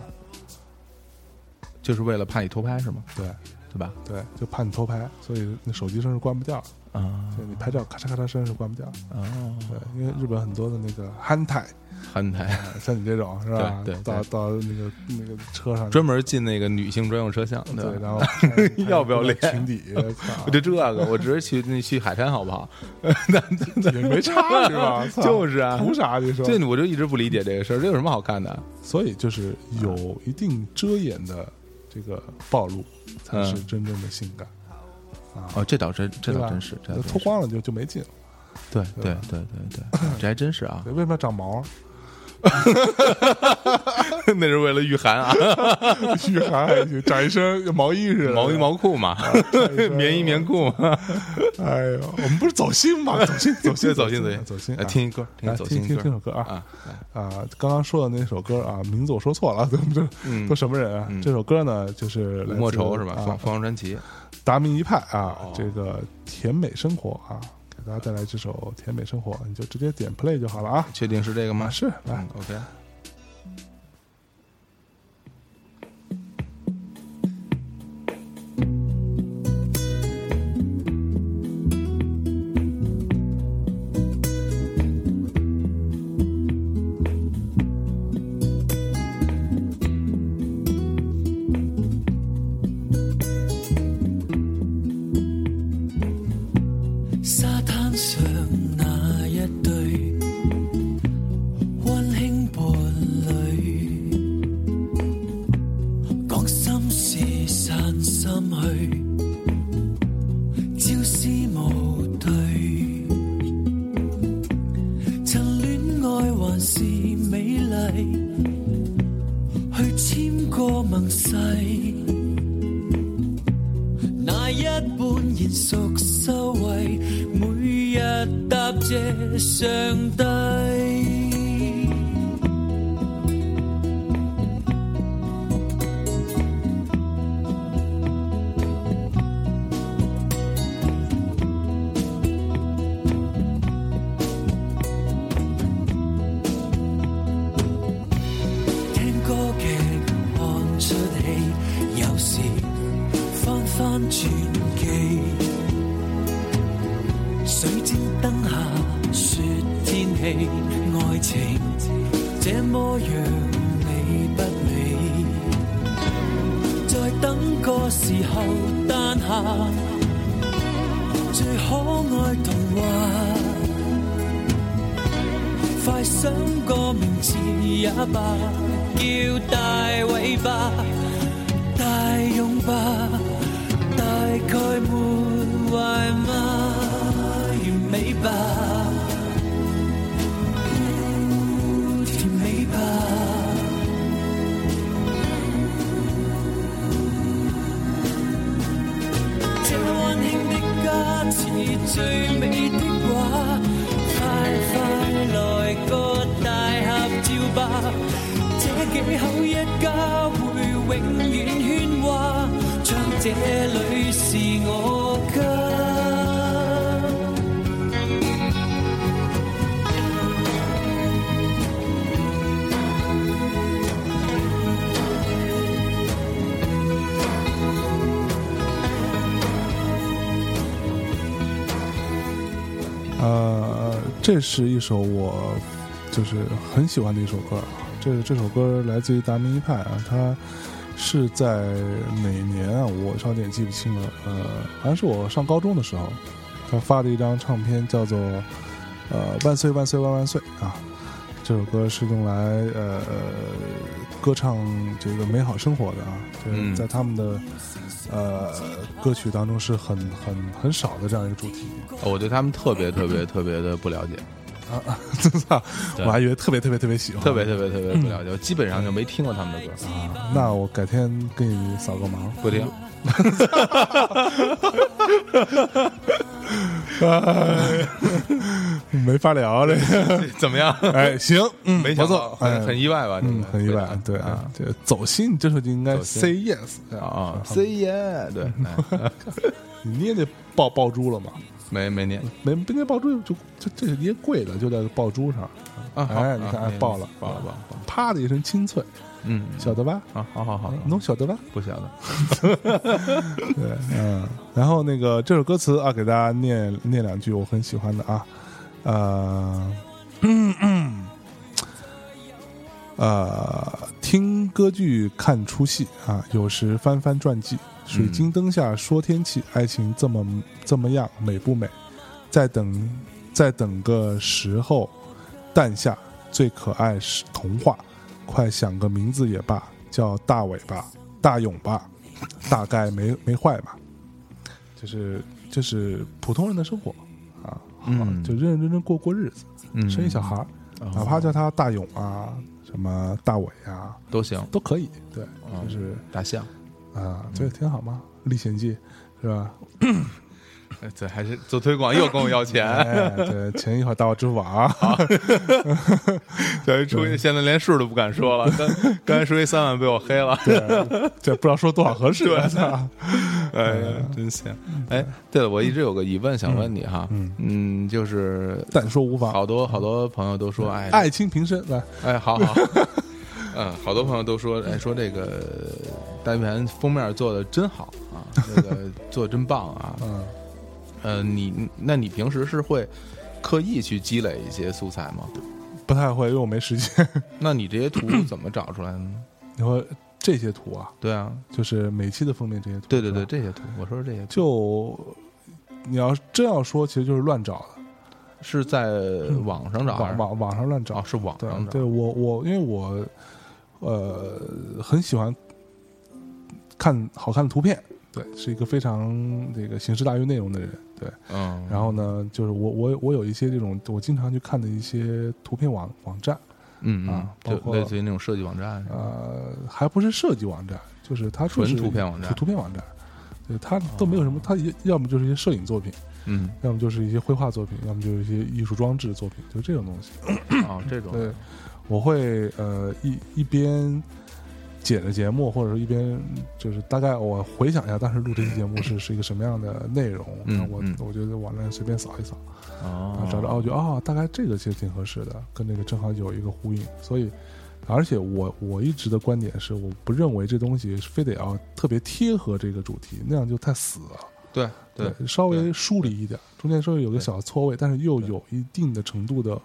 B: 就是为了怕你偷拍是吗？
A: 对
B: 对吧？
A: 对，就怕你偷拍，所以那手机声是关不掉的，
B: 啊
A: 对你拍照咔嚓咔嚓声是关不掉的。
B: 哦，
A: 对，因为日本很多的那个憨态，
B: 憨台
A: 呃像你这种是吧？
B: 对对
A: 到到那个那个车上，
B: 专门进那个女性专用车厢，对
A: 对，
B: 吧？
A: 然后
B: 要不要脸
A: 裙底，
B: 我就这个，我直接去那去海滩好不好？
A: 操也没差是 吧？操
B: 就是啊，
A: 图啥？你说
B: 这我就一直不理解这个事儿，这有什么好看的？啊
A: 所以就是有一定遮掩的这个暴露，才是真正的性感，
B: 哦，这倒真，嗯这
A: 对
B: 倒
A: 吧？
B: 真是，这倒真
A: 脱
B: 是，
A: 光了就就没劲了，
B: 对对
A: 对吧
B: 对对对，这还真是啊
A: 对，为什么要长毛？
B: 那是为了御 寒啊，
A: 御寒，长一身毛衣似的，
B: 毛衣毛裤嘛，棉衣棉裤嘛，
A: 哎呦，我们不是走心 吗？走心，走心，
B: 走心
A: 走心，
B: 走心
A: 走心
B: 来
A: 啊！
B: 听一歌，听
A: 来
B: 一走
A: 听
B: 心
A: 听听
B: 歌
A: 首歌啊
B: 啊，来
A: 啊！刚刚说的那首歌啊，名字我说错了， 咱们这
B: 嗯
A: 都什么人啊？这首歌呢，就是来自
B: 吴莫愁是吧？凤
A: 啊，
B: 凤凰传奇，
A: 达明一派啊
B: 哦，
A: 这个甜美生活啊，给大家带来这首《甜美生活》，你就直接点 play 就好了啊。
B: 确定是这个吗
A: 啊，？是来
B: 嗯，OK。
C: 沙灘上那一對溫馨伴侶，講心事散心去，朝思暮對。曾戀愛還是美麗，去簽個盟誓。那一半現屬收惠，每日答謝上帝。聽歌劇看出戲，有時。翻翻傳記，水晶燈下說天氣，愛情這麼讓你不美。再等個時候誕下最可愛童話，快想個名字也罷，叫大偉吧。大擁吧，大概沒壞嗎？完美吧，甜美吧。這溫馨的家似最美的畫，快快來個大合照吧！這幾口一家會永遠喧嘩，像這裏是我家。
A: 呃，这是一首我就是很喜欢的一首歌啊。这这首歌来自于达明一派啊，它是在哪年啊？我稍有点记不清了。呃，好像是我上高中的时候，他发的一张唱片叫做《呃万岁万岁万万岁》啊。这首歌是用来呃歌唱这个美好生活的啊，就是
B: 嗯
A: 在他们的、呃歌曲当中是很很很少的这样一个主题。
B: 哦我对他们特别特别特别的不了解，
A: 啊， 真的，
B: 对
A: 我还以为特别特别特别喜欢，
B: 特别特别特别不了解，我基本上就没听过他们的歌，
A: 啊。那我改天给你扫个盲，
B: 不听。
A: 没法聊 这个。
B: 怎么 样？
A: 哎，行，嗯，
B: 没
A: 不
B: 想
A: 错
B: 到，
A: 哎
B: 很很意外吧？
A: 嗯，
B: 这个
A: 很意外，对啊，这走心，这时候就应该
B: 走心
A: say yes
B: 啊啊！C 耶，对，哎
A: 你捏那爆爆珠了吗？
B: 没没念
A: 没，不捏爆珠就就这捏贵了，就在爆珠上，
B: 啊，好
A: 哎，你看，
B: 啊
A: 哎
B: 没
A: 爆了，
B: 爆了，爆了，爆了，
A: 啪的一声清脆，
B: 嗯，
A: 晓得吧？
B: 啊，好好好，好
A: 能晓得吧？
B: 不晓得，
A: 对，嗯，然后那个这首歌词啊，给大家念念两句，我很喜欢的啊，呃，呃，听歌剧看出戏啊，有时翻翻传记，水晶灯下说天气，爱情这么这么样美不美？再等再等个时候，诞下最可爱是童话，快想个名字也罢，叫大尾巴、大勇吧，大概没没坏吧，就是就是普通人的生活啊，好
B: 嗯
A: 就认认真真过过日子，
B: 嗯
A: 生一小孩儿，哪怕叫他大勇啊，什么大伟啊，
B: 都行，
A: 都可以，对，
B: 嗯
A: 就是
B: 大象，
A: 啊，这挺好嘛，《历险记》是 吧？
B: 哎这还是做推广又跟我要 钱，
A: 哎，对，钱一会儿打我支付宝啊，
B: 等于出去现在连数都不敢说了，刚刚才说一三万被我黑了，
A: 这不知道说多少合适，我操
B: 哎
A: 嗯
B: 呀，真香！哎，对了，我一直有个疑问想问你哈，嗯，就是
A: 但说无妨，
B: 好多好多朋友都说，哎
A: 爱卿平身来，
B: 哎，好好，嗯，好多朋友都说，哎，说这个单元封面做的真好啊，这个做得真棒啊，
A: 嗯。
B: 呃，你那你平时是会刻意去积累一些素材吗？
A: 不太会，因为我没时间。
B: 那你这些 图怎么找出来的呢？
A: 你说这些图啊，
B: 对啊，
A: 就是每期的封面这些图，
B: 对对
A: 是
B: 对，
A: 吧，
B: 这些图，我说是这些图
A: 就你要真要说，其实就是乱找
B: 是在网上
A: 的，
B: 找还
A: 嗯网
B: 是，
A: 网网上乱
B: 哦
A: 找，。
B: 是网
A: 对啊
B: 上
A: 对，
B: 找，
A: 我我因为我呃很喜欢看好看的图片，对，是一个非常这个形式大于内容的人，对。
B: 嗯，
A: 然后呢，就是我我我有一些这种我经常去看的一些图片网网站，
B: 嗯嗯
A: 啊，包
B: 就
A: 括
B: 类似于那种设计网站，
A: 呃，还不是设计网站，就是它就
B: 纯
A: 是
B: 图片网站哦
A: 图片网站，对，它都没有什么，它也要么就是一些摄影作品，
B: 嗯，
A: 要么就是一些绘画作品，要么就是一些艺术装置作品，就这种东西。啊
B: 哦，这种，
A: 对，我会呃一一边剪着节目，或者说一边就是大概我回想一下当时录这期节目 是是一个什么样的内容，
B: 嗯
A: 然后我
B: 嗯
A: 我觉得网站随便扫一扫，然
B: 哦
A: 后，找找哦，就哦，大概这个其实挺合适的，跟这个正好有一个呼应，所以。而且我我一直的观点是，我不认为这东西非得要特别贴合这个主题，那样就太死了。
B: 对对，
A: 稍微梳理一点，中间稍微有个小错位，但是又有一定的程度的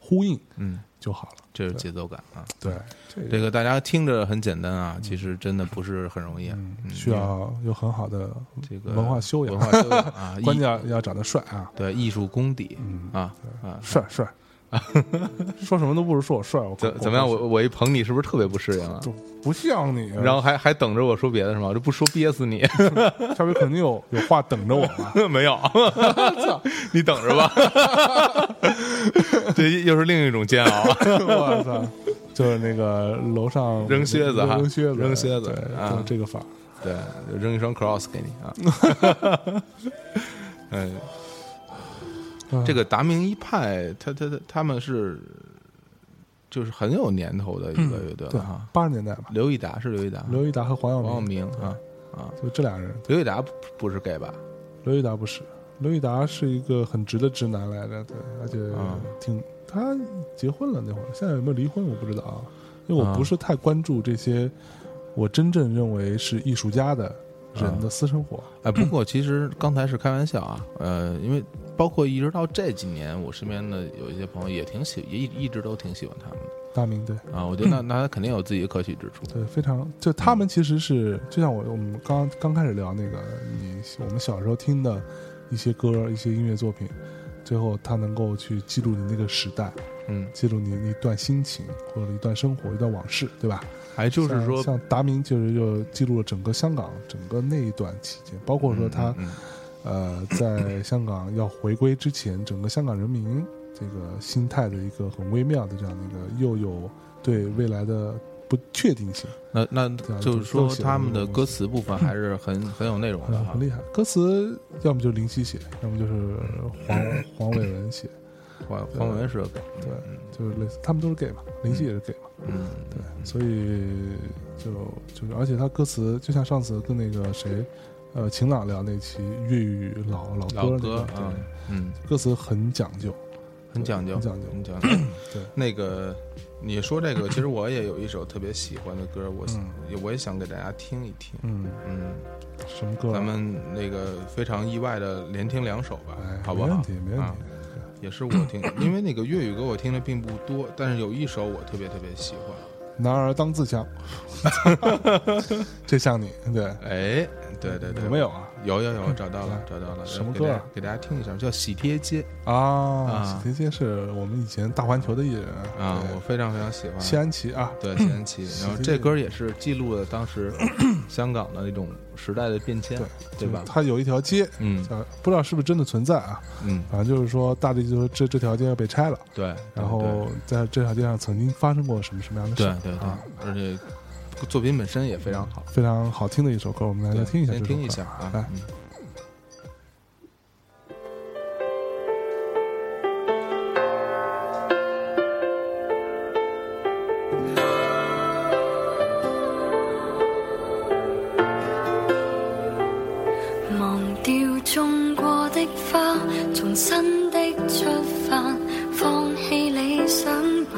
A: 呼应
B: 嗯，
A: 就好了。
B: 这是节奏感啊。
A: 对，这
B: 这个大家听着很简单啊，其实真的不是很容易啊，嗯
A: 嗯需要有很好的
B: 这个
A: 文化修养，
B: 文化修养
A: ，
B: 啊
A: 关
B: 艺
A: 键嗯要要长得帅啊，
B: 对艺术功底啊啊，
A: 帅帅，说什么都不如说我帅。我
B: 怎怎么样？我我一捧你是不是特别不适应啊
A: 就？不像你，啊
B: 然后还还等着我说别的是吗？我这不说憋死你
A: 下回肯定有有话等着我啊嘛。
B: 没有？ 你等着吧，这又是另一种煎熬。
A: 我操！就是那个楼上
B: 扔靴子哈
A: 扔靴子，
B: 扔靴子
A: 对
B: 啊
A: 就是这个法儿。
B: 对，就扔一双 cross 给你啊。 嗯，
A: 嗯
B: 这个达明一派，他他他他们是就是很有年头的一个乐队
A: 嗯对
B: 了哈。，
A: 八十年代吧，
B: 刘一达是啊刘一达，
A: 刘一达和黄
B: 王
A: 耀
B: 耀
A: 明，
B: 明啊啊，
A: 就这俩人，
B: 刘一达不不是 gay 吧？
A: 刘益达不是，刘益达是一个很直的直男来着，对，而且
B: 啊
A: 挺、他结婚了那会儿，现在有没有离婚我不知道啊，因为我
B: 啊
A: 不是太关注这些，我真正认为是艺术家的人的私生活。嗯
B: 哎，不过其实刚才是开玩笑啊，呃，因为包括一直到这几年，我身边的有一些朋友也挺喜，也一一直都挺喜欢他们的
A: 大明对
B: 啊。我觉得那那他肯定有自己的可取之处。
A: 嗯对，非常就他们其实是就像我我们刚刚开始聊那个你我们小时候听的一些歌一些音乐作品，最后他能够去记录你那个时代，
B: 嗯，
A: 记录你一段心情或者一段生活一段往事，对吧？
B: 还就是说
A: 像，像达明就是就记录了整个香港整个那一段期间，包括说他、
B: 嗯嗯
A: 呃在香港要回归之前，整个香港人民这个心态的一个很微妙的这样的一个，又有对未来的不确定性，
B: 那那
A: 对啊
B: 就是
A: 都
B: 说
A: 都写了
B: 他们的
A: 那种
B: 歌词部分还 是很很有内容
A: 很
B: 的哈
A: 啊很。厉害。歌词要么就是林夕写，要么就是 黄黄伟文写，
B: 黄黄文是个梗，
A: 啊对，就是类似，他们都是 gay 嘛，林夕也是 gay 嘛，
B: 嗯，
A: 对，所以就就是，而且他歌词就像上次跟那个谁，呃，晴朗聊那期粤语老老歌、那
B: 老
A: 个、
B: 歌
A: 对
B: 啊，嗯，
A: 歌词很讲究，
B: 很讲究，
A: 很讲究
B: 很讲究。
A: 对，
B: 那个你说这个，其实我也有一首特别喜欢的歌，我我也想给大家听一听。
A: 嗯，
B: 嗯，
A: 什么歌啊？
B: 咱们那个非常意外的连听两首吧
A: 哎，，
B: 好不
A: 没
B: 好
A: 问题，？没问
B: 啊
A: 题，
B: 也是我听，因为那个粤语歌我听的并不多，但是有一首我特别特别喜欢。
A: 男儿当自 强，这像你对
B: 哎，对对对，
A: 有没有啊？嗯
B: 有有有，找到了，找到了。
A: 什么
B: 给大家
A: 歌啊
B: 给大家听一下，叫《喜帖街
A: 啊
B: 啊，
A: 这些是我们以前大环球的艺人》
B: 啊，我
A: 对
B: 非常非常喜欢。
A: 谢安琪啊，
B: 对，谢安琪。然
A: 喜帖
B: 后这
A: 街
B: 歌也是记录了当 时香港的那种时代的变迁
A: 对，
B: 对吧？
A: 他有一条街
B: 嗯
A: 叫，不知道是不是真的存在啊，
B: 嗯，
A: 反正就是说大力就说这这条街要被拆了，
B: 嗯对。
A: 然后在这条街上曾经发生过什么什么样的
B: 对
A: 事
B: 对
A: 儿，
B: 对对
A: 啊，，
B: 而且作品本身也非常好。
A: 非常好听的一首歌，我们来
B: 对
A: 来听一下这
B: 先
A: 首歌，哎
B: 听一下啊，
A: 来。
B: 嗯
D: 忘掉种过的花，重新的出发，放弃理想吧。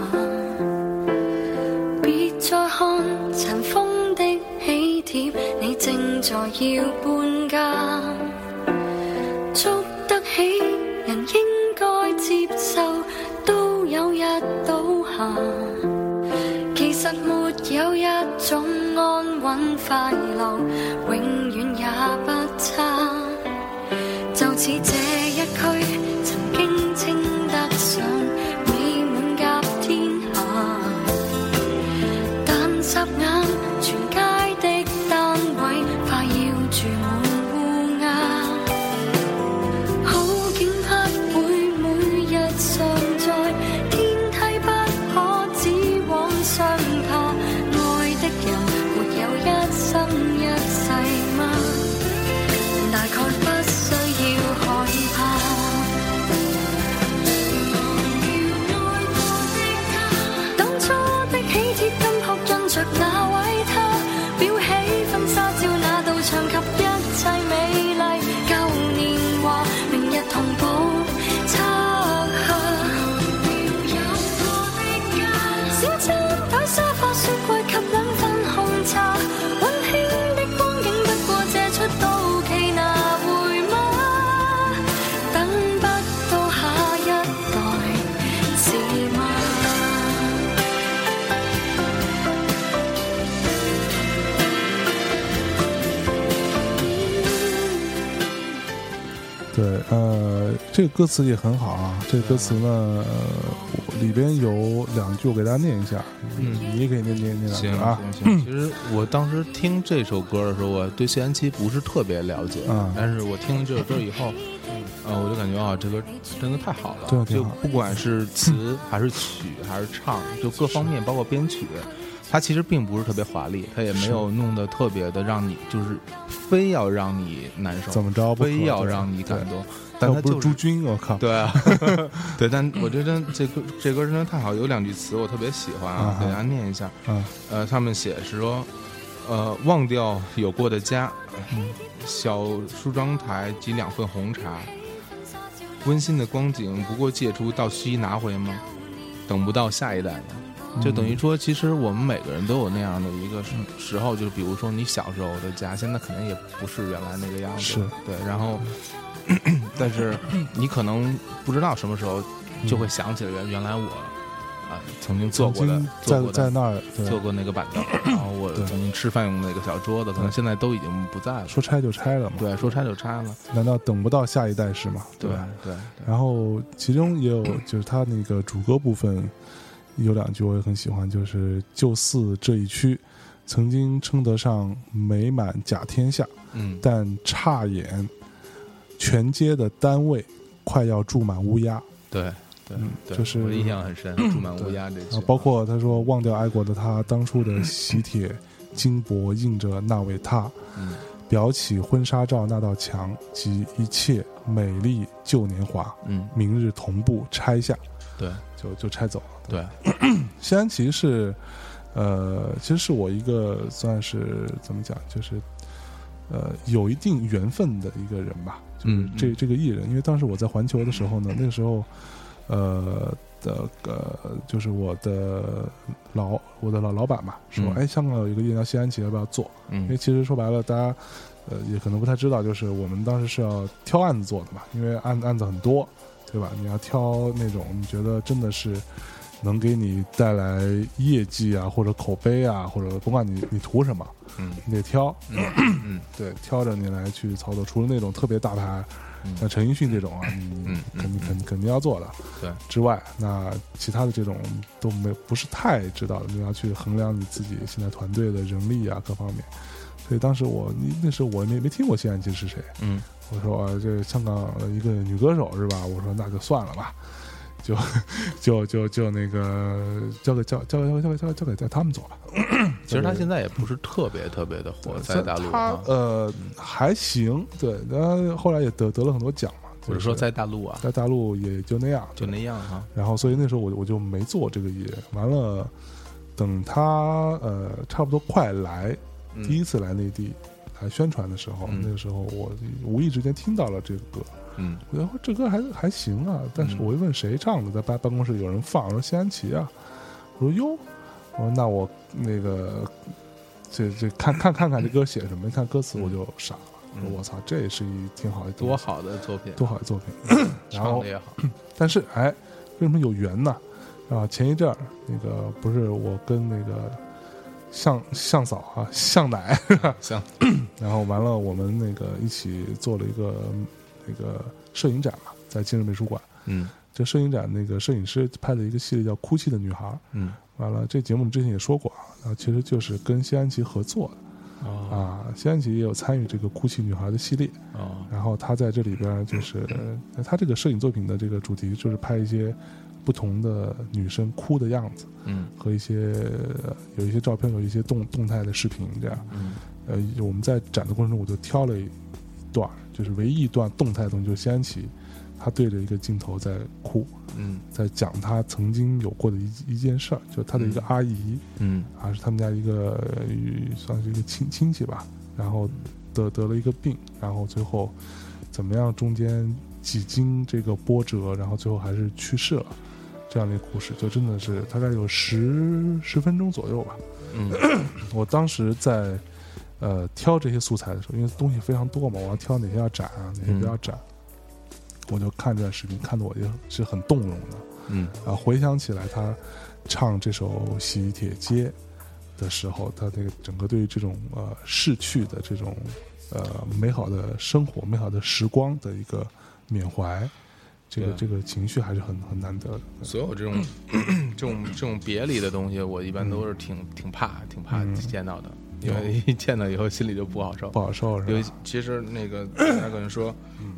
D: 别再看尘封的喜帖，你正在要搬家。捉得起人应该接受，都有日倒下。其實沒有一種安穩快樂，永遠也不差。就似這一區曾經稱得上美滿甲天下，但霎眼全街的單位快要住滿烏鴉。好景不會每日常在，天梯不可只往上爬。愛的人沒有一生一世嗎？大概不需要害怕。當初的喜帖金箔印着那位他，裱起婚紗照那道牆及一切美麗舊年華，明日同步拆下。小餐台、沙發、雪櫃及兩份紅茶，溫馨的光景不過借出到期拿回嗎？等不到下一代是嗎？
A: 对，呃，这个歌词也很好啊。这个歌词呢，呃、里边有两句，我给大家念一下。
B: 嗯
A: 你也可以念念念两句
B: 行
A: 啊。
B: 行行，其实我当时听这首歌的时候，我对谢安琪不是特别了解，
A: 嗯
B: 但是我听了这首歌以后，呃，我就感觉啊，这歌真的太好了，
A: 对
B: 就
A: 挺好嗯
B: 不管是词还是曲还是唱，就各方面包括编曲，它其实并不是特别华丽，它也没有弄得特别的让你就是非要让你难受，
A: 怎么着不可
B: 非要让你感
A: 对
B: 动，但
A: 但
B: 它
A: 不
B: 就是
A: 朱军，我靠！
B: 对 啊，对，但我觉得这歌这歌真的太好，有两句词我特别喜欢
A: 啊，
B: 啊
A: 哈
B: 给大家念一下。
A: 啊，
B: 呃，上面写是说，呃，忘掉有过的家，嗯小梳妆台及两份红茶，温馨的光景，不过借出到西拿回吗？等不到下一代了。就等于说，其实我们每个人都有那样的一个时时候，就是比如说你小时候的家，现在可能也不是原来那个样子，
A: 是
B: 对。然 后，但是你可能不知道什么时候就会想起来原原来我啊、曾经做
A: 曾
B: 过的
A: 经，
B: 做
A: 在
B: 过的
A: 在那儿
B: 做
A: 对，
B: 过那个板 凳，然后我
A: 对
B: 曾经吃饭用的那个小桌子，可能现在都已经不在了。
A: 说拆就拆了嘛。
B: 对，说拆就拆了。
A: 难道等不到下一代是吗？
B: 对
A: 吧？
B: 对
A: 然后其中也有，就是他那个主歌部分有两句我也很喜欢，就是旧寺这一区曾经称得上美满甲天下，
B: 嗯，
A: 但差眼，全街的单位快要住满乌鸦。
B: 对对
A: 嗯
B: 对，
A: 就是
B: 我印象很深，住满乌鸦这
A: 啊
B: 句，，
A: 包括他说忘掉爱国的他，当初的喜帖金箔印着那位他，
B: 嗯
A: 裱起婚纱照那道墙及一切美丽旧年华，
B: 嗯，
A: 明日同步拆下，
B: 对
A: 就就拆走了。
B: 对，
A: 西安旗是，呃，其实是我一个算是怎么讲，就是呃有一定缘分的一个人吧，就是
B: 嗯嗯
A: 这、这个艺人，因为当时我在环球的时候呢，那个时候，呃的呃，就是我的老我的老老板嘛，说、
B: 嗯
A: 哎，香港有一个艺人叫西安旗，要不要做？因为
B: 嗯
A: 其实说白了，大家呃也可能不太知道，就是我们当时是要挑案子做的嘛，因为案案子很多，对吧？你要挑那种你觉得真的是能给你带来业绩啊，或者口碑啊，或者甭管你你图什么，
B: 嗯
A: 你得挑，
B: 嗯
A: 对，挑着你来去操作。除了那种特别大牌，
B: 嗯
A: 像陈奕迅这种啊，你你
B: 嗯
A: 肯
B: 嗯
A: 肯肯定要做的，
B: 对
A: 之外，那其他的这种都没不是太知道的，你要去衡量你自己现在团队的人力啊各方面。所以当时我那那时候我没没听过谢安琪是谁，
B: 嗯
A: 我说、啊、这香港的一个女歌手是吧？我说那就算了吧，就就就就那个交给交交给交给交给交给交给他们做吧。
B: 其实他
A: 对
B: 现在也不是特别特别的火，在
A: 在
B: 大陆
A: 他
B: 啊，
A: 呃还行，对，他后来也得得了很多奖嘛，就
B: 或者
A: 是
B: 说在大陆啊，
A: 在大陆也就那样，
B: 就那样哈。
A: 然后所以那时候我就我就没做这个艺人。完了，等他呃差不多快来，
B: 嗯
A: 第一次来内地来宣传的时候，
B: 嗯
A: 那个时候我无意之间听到了这个歌，
B: 嗯
A: 我觉得这歌还还行啊。但是
B: 嗯
A: 我一问谁唱的，在办办公室有人放，我说谢安琪啊，我说哟，我说那我那个这这看看看看这歌写什么，一看歌词我就傻了，我说
B: 嗯
A: 我操，这是一挺好的
B: 多好的作品，
A: 多好的作品。 然
B: 唱
A: 后
B: 的 也好。
A: 但是哎，为什么有缘呢？啊，前一阵儿那个不是我跟那个向向嫂啊向奶，
B: 行，
A: 然后完了我们那个一起做了一个那个摄影展嘛，在今日美术馆。
B: 嗯
A: 这摄影展那个摄影师拍的一个系列叫《哭泣的女孩》，
B: 嗯
A: 完了这节目之前也说过啊，啊其实就是跟谢安琪合作的
B: 哦
A: 啊，谢安琪也有参与这个《哭泣女孩》的系列。
B: 哦
A: 然后他在这里边儿就是，呃他这个摄影作品的这个主题就是拍一些不同的女生哭的样子
B: 嗯
A: 和一些呃有一些照片，有一些动动态的视频这样。
B: 嗯
A: 呃，我们在展的过程中，我就挑了一段儿，就是唯一一段动态的东西，就是谢安琪，她对着一个镜头在哭，
B: 嗯
A: 在讲她曾经有过的一一件事儿，就是她的一个
B: 嗯
A: 阿姨
B: 嗯
A: 啊，是他们家一个呃算是一个亲亲戚吧，然后得得了一个病，然后最后怎么样中间几经这个波折，然后最后还是去世了，这样的一个故事，就真的是大概有十十分钟左右吧。
B: 嗯
A: 我当时在呃挑这些素材的时候，因为东西非常多嘛，我要挑哪些要展啊，哪些不要展，我就看这段视频，看得我也是很动容的。
B: 嗯
A: 啊，回想起来他唱这首《喜帖街》的时候，他这个整个对于这种呃逝去的这种呃美好的生活、美好的时光的一个缅怀，这个
B: 对啊
A: 这个情绪还是很很难得的。
B: 所有这种这种这种别离的东西，我一般都是挺挺怕挺怕
A: 嗯
B: 见到的，因为一见到以后心里就不好受
A: 不。好受
B: 尤
A: 是吧
B: 其？其实那个大家可能说，
A: 嗯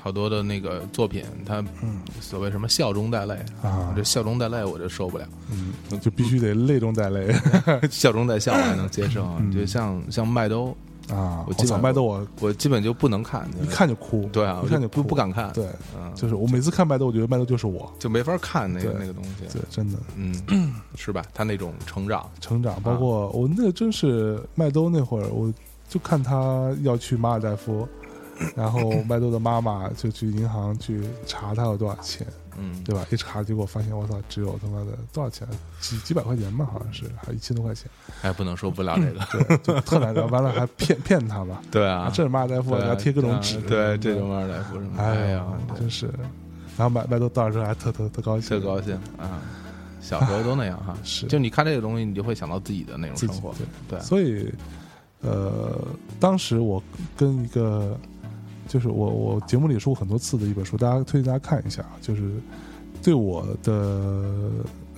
B: 好多的那个作品，它所谓什么笑中带泪
A: 啊
B: 这笑中带泪我就受 不了，
A: 嗯，就必须得泪中带 泪
B: 笑中带笑我还能接受
A: 嗯
B: 啊。就像像麦兜，
A: 啊！
B: 我
A: 我
B: 基本
A: 早麦兜，我
B: 我基本就不能看，
A: 一看就哭，
B: 对啊，
A: 一看
B: 我就
A: 哭，
B: 不不敢看，
A: 对，
B: 嗯，
A: 就是我每次看麦兜，我觉得麦兜就是我，
B: 就没法看那个
A: 对
B: 那个东西，
A: 对，真的。
B: 嗯，是吧？他那种成长，
A: 成长，包括我那真是麦兜那会儿，我就看他要去马尔代夫， 然后麦兜的妈妈就去银行去查他有多少钱，
B: 嗯，
A: 对吧？一查结果发现，我操，只有他妈的多少钱，几几百块钱吧，好像是，
B: 嗯
A: 还一千多块钱，
B: 哎，不能 说不聊这个，
A: 对，就特难聊。完了还骗骗他嘛，
B: 对 啊，
A: 这是马尔代夫，
B: 对
A: 给
B: 啊
A: 他贴各种纸，
B: 对这种玩意儿来不是吗？
A: 哎
B: 哎呀
A: 呀，，真是。然后麦麦兜到那时候还特特特高兴，
B: 特高兴啊！小时候都那样哈，
A: 是
B: 就你看这个东西，你就会想到自己的那种生活
A: 自己，
B: 对，
A: 所以，呃，当时我跟一个，就是我我节目里说过很多次的一本书，大家推荐大家看一下，啊，就是对我的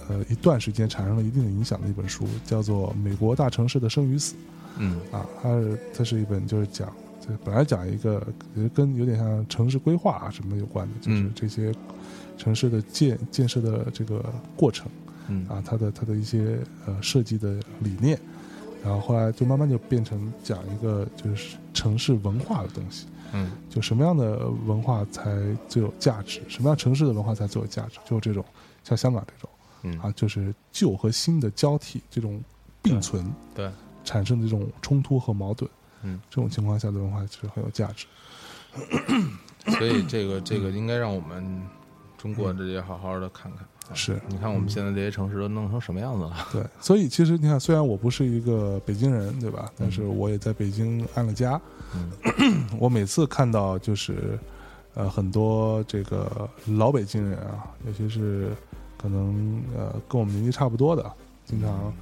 A: 呃一段时间产生了一定的影响的一本书，叫做《美国大城市的生与死》
B: 嗯
A: 啊，它是它是一本就是讲这本来讲一个也跟有点像城市规划啊什么有关的，就是
B: 嗯
A: 这些城市的建建设的这个过程
B: 嗯
A: 啊，它的它的一些呃设计的理念，然后后来就慢慢就变成讲一个就是城市文化的东西，
B: 嗯
A: 就什么样的文化才最有价值，什么样城市的文化才最有价值，就这种像香港这种。啊
B: 嗯，，
A: 就是旧和新的交替，这种并存
B: 对，
A: 产生的这种冲突和矛盾，
B: 嗯，
A: 这种情况下的文化是很有价值。
B: 所以这个这个应该让我们中国这些好好的看看。啊
A: 是
B: 你看我们现在这些城市都弄成什么样子了？
A: 对，所以其实你看，虽然我不是一个北京人，对吧？但
B: 嗯
A: 是我也在北京安了家。 我每次看到就是，呃，很多这个老北京人啊，尤其是可能呃跟我们年纪差不多的，经
B: 嗯
A: 常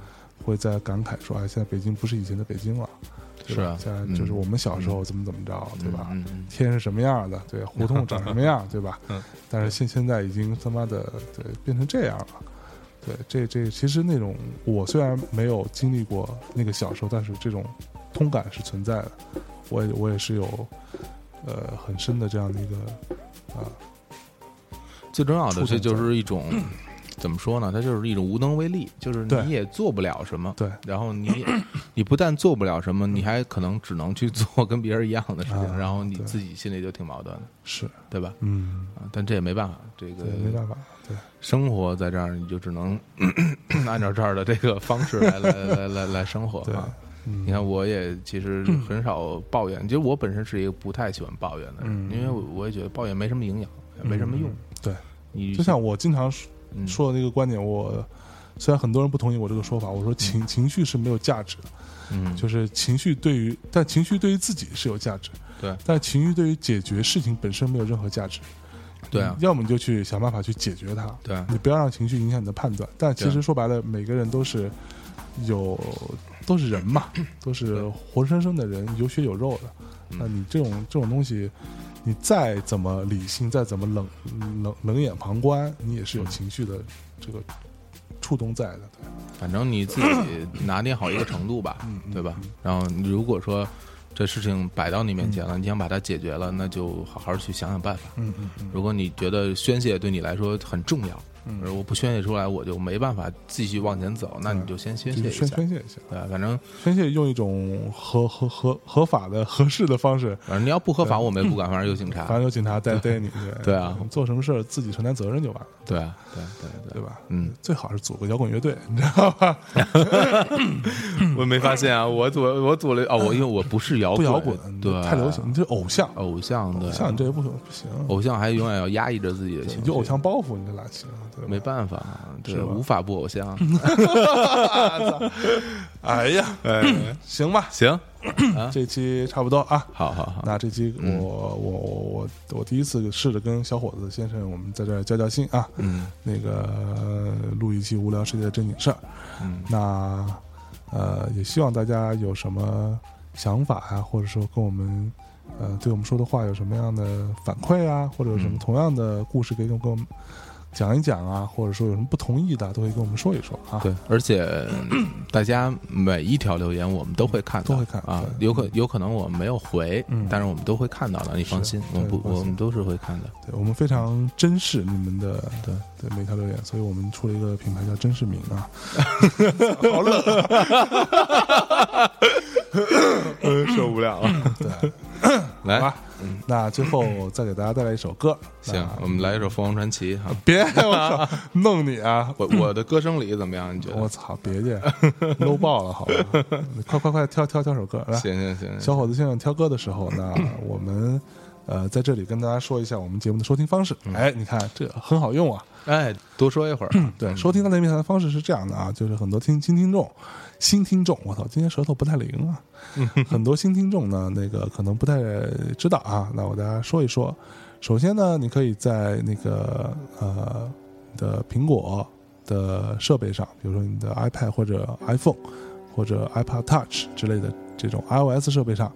A: 会在感慨说：“哎，现在北京不是以前的北京了。”对吧
B: 是
A: 现
B: 啊
A: 在就是
B: 嗯
A: 我们小时候怎么怎么着，对吧？
B: 嗯嗯
A: 天是什么样的，对，胡同长什么 样，对吧？
B: 嗯。
A: 但是现现在已经他妈的对变成这样了，对，这这其实那种我虽然没有经历过那个小时候，但是这种通感是存在的，我也我也是有呃很深的这样的一个啊，
B: 最重要
A: 触动
B: 的这就是一种怎么说呢？它就是一种无能为力，就是
A: 对
B: 你也做不了什么。
A: 对嗯
B: 然后你你不但做不了什么，你还可能只能去做跟别人一样的事情，
A: 啊
B: 然后你
A: 对
B: 自己心里就挺矛盾的，
A: 是，
B: 对吧？
A: 嗯，
B: 啊，但这也没办法，这个
A: 对，没办法，对，
B: 生活在这儿，你就只能 按照这儿的这个方式来来来来来生活
A: 对
B: 啊。
A: 嗯
B: 你看，我也其 实很少抱怨，其实我本身是一个不太喜欢抱怨的
A: 嗯
B: 人，因为我我也觉得抱怨没什么营养，没什么用
A: 嗯。对，
B: 你
A: 就像我经常说
B: 嗯
A: 说的那个观点，我虽然很多人不同意我这个说法，我说情情绪是没有价值的。
B: 嗯，
A: 就是情绪对于，但情绪对于自己是有价值，
B: 对
A: 但情绪对于解决事情本身没有任何价值。
B: 对啊
A: 你，要么你就去想办法去解决它，
B: 对啊
A: 你不要让情绪影响你的判断。但其
B: 对啊
A: 实说白了，每个人都是有都是人 嘛，都是活生生的人，有血有肉的。
B: 嗯
A: 那你这种这种东西，你再怎么理性，再怎么冷冷冷眼旁观，你也是有
B: 嗯
A: 情绪的这个触动在的。对
B: 反正你自己拿捏好一个程度吧，
A: 嗯
B: 对吧？然后你如果说这事情摆到你面前了，你想把它解决了，那就好好去想想办法。
A: 嗯嗯嗯，
B: 如果你觉得宣泄对你来说很重要，而我不宣泄出来，我就没办法继续往前走，那你就先宣泄
A: 嗯就是
B: 一
A: 宣
B: 下。
A: 宣泄一下。
B: 对，反正
A: 宣泄用一种合合合合法的、合适的方式，
B: 反正呃你要不合法，我们也不敢，反正有警
A: 反
B: 察。
A: 正有警察在逮你。
B: 啊 对啊
A: 你做什么事儿自己承担责任就完了，
B: 对啊，对对
A: 对吧？
B: 嗯，
A: 最好是组个摇滚乐队，你知道吧？
B: 对，我没发现啊，我组我组了哦，我因为我不是 摇
A: 嗯不
B: 滚，
A: 摇滚，嗯
B: 对，啊
A: 太流行，你这偶像，
B: 偶像对啊
A: 偶像你这也不行不行，
B: 偶像还永远要压抑着自己的情
A: 你
B: 绪
A: 就，偶像包袱，你这哪行？对吧
B: 没办法，啊对，
A: 是吧
B: 无法不偶像。
A: 哎呀，行吧，
B: 行，
A: 这期差不多啊。
B: 好好好，
A: 那这期
B: 嗯
A: 我、我我我我第一次试着跟小伙子先生我们在这儿交交心啊，
B: 嗯
A: 那个呃录一期无聊世界的正经事儿。
B: 嗯，
A: 那呃，也希望大家有什么想法啊，或者说跟我们呃对我们说的话有什么样的反馈啊，或者有什么
B: 嗯
A: 同样的故事可以跟我们讲一讲啊，或者说有什么不同意的都可以跟我们说一说啊。
B: 对，而且嗯大家每一条留言我们都会看到，
A: 都会看
B: 啊，
A: 对
B: 有可有可能我们没有回，
A: 嗯
B: 但是我们都会看到的，你放心，我
A: 对
B: 们不
A: 放心
B: 我们都是会看的。
A: 对我们非常珍视你们的
B: 对
A: 对每条留言，所以我们出了一个品牌叫“真视明”啊。
B: 好冷，受不了了。对，
A: 好
B: 来
A: 吧，，那最后再给大家带来一首歌。
B: 嗯行
A: 那，
B: 我们来一首《凤凰传奇》哈。
A: 别我操，弄你 啊！
B: 我我的歌声里怎么样？你觉
A: 我
B: 得？
A: 操，别介，low 爆了，好 吧？你快快快，挑挑挑首歌来。
B: 行行行，
A: 小伙子先生挑歌的时候呢，我们呃在这里跟大家说一下我们节目的收听方式。
B: 嗯
A: 哎，你看这很好用啊。
B: 哎，多说一会儿。
A: 嗯
B: 嗯
A: 对，收听到那面台的方式是这样的啊，就是很多听新听众，新听众，我操，今天舌头不太灵啊。很多新听众呢，那个可能不太知道啊，那我大家说一说。首先呢，你可以在那个呃你的苹果的设备上，比如说你的 iPad 或者 iPhone 或者 iPod Touch 之类的这种 iOS 设备上，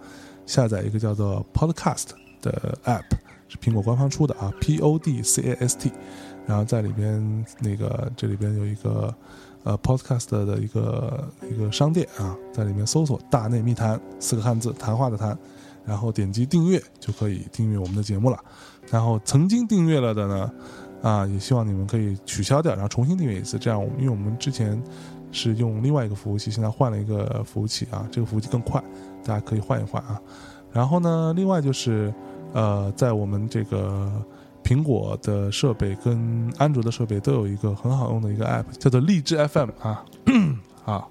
A: 下载一个叫做 Podcast 的 App，是苹果官方出的啊，P O D C A S T。然后在里边那个这里边有一个呃 podcast 的一个一个商店啊，在里面搜索“大内密谈”四个汉字，谈话的谈，然后点击订阅就可以订阅我们的节目了。然后曾经订阅了的呢，啊，也希望你们可以取消掉，然后重新订阅一次。这样，我们因为我们之前是用另外一个服务器，现在换了一个服务器啊，这个服务器更快，大家可以换一换啊。然后呢，另外就是呃，在我们这个苹果的设备跟安卓的设备都有一个很好用的一个 app，叫做荔枝 FM 啊 啊。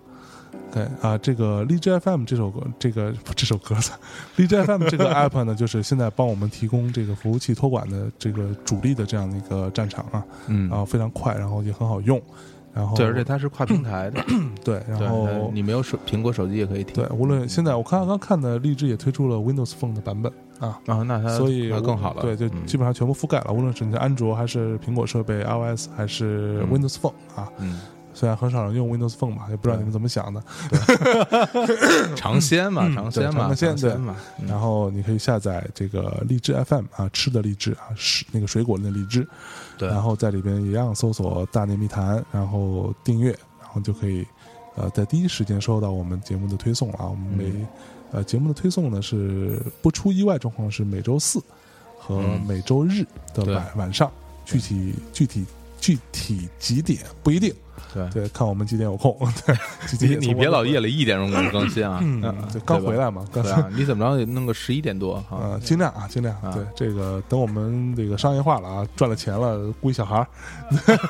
A: 对啊，这个荔枝 FM 这首歌，这个 这首歌子，荔枝 FM 这 个 app 呢，就是现在帮我们提供这个服务器托管的这个主力的这样的一个战场啊，
B: 嗯
A: 然后非常快，然后也很好用，然后
B: 对，而且它是跨平台的，
A: 对，
B: 对
A: 嗯然后
B: 它你没有手苹果手机也可以听
A: 对，无论现在我看刚看的荔枝也推出了 Windows Phone 的版本啊，
B: 啊，那它
A: 所以
B: 那更好了，
A: 对，就
B: 嗯
A: 基本上全部覆盖了，无论是你的安卓还是苹果设备、iOS 还是
B: 嗯
A: Windows Phone 啊，
B: 嗯，
A: 虽然很少人用 Windows Phone 吧，也不知道你们怎么想的。
B: 尝鲜嘛，
A: 嗯
B: 尝
A: 对
B: 鲜嘛，
A: 尝鲜
B: 尝鲜嘛，嗯
A: 然后你可以下载这个荔枝 FM 啊，吃的荔枝啊，是那个水果的荔枝，
B: 对，
A: 然后在里边一样搜索“大内密谈”，然后订阅，然后就可以呃在第一时间收到我们节目的推送了啊。我们每、
B: 嗯
A: 呃节目的推送呢是不出意外状况是每周四和
B: 嗯
A: 每周日的
B: 对
A: 晚、晚上，具体具体具体几点不一定，
B: 对。
A: 对，看我们几点有空。 对，几
B: 你
A: 点
B: 你别老
A: 夜，
B: 夜里一点钟给我更新啊，嗯
A: 嗯，就刚回来嘛，刚
B: 对吧，对啊，你怎么着也弄个十一点多啊
A: 呃，，尽量啊，尽量。
B: 啊
A: 对，这个等我们这个商业化了啊，赚了钱了，归小孩儿。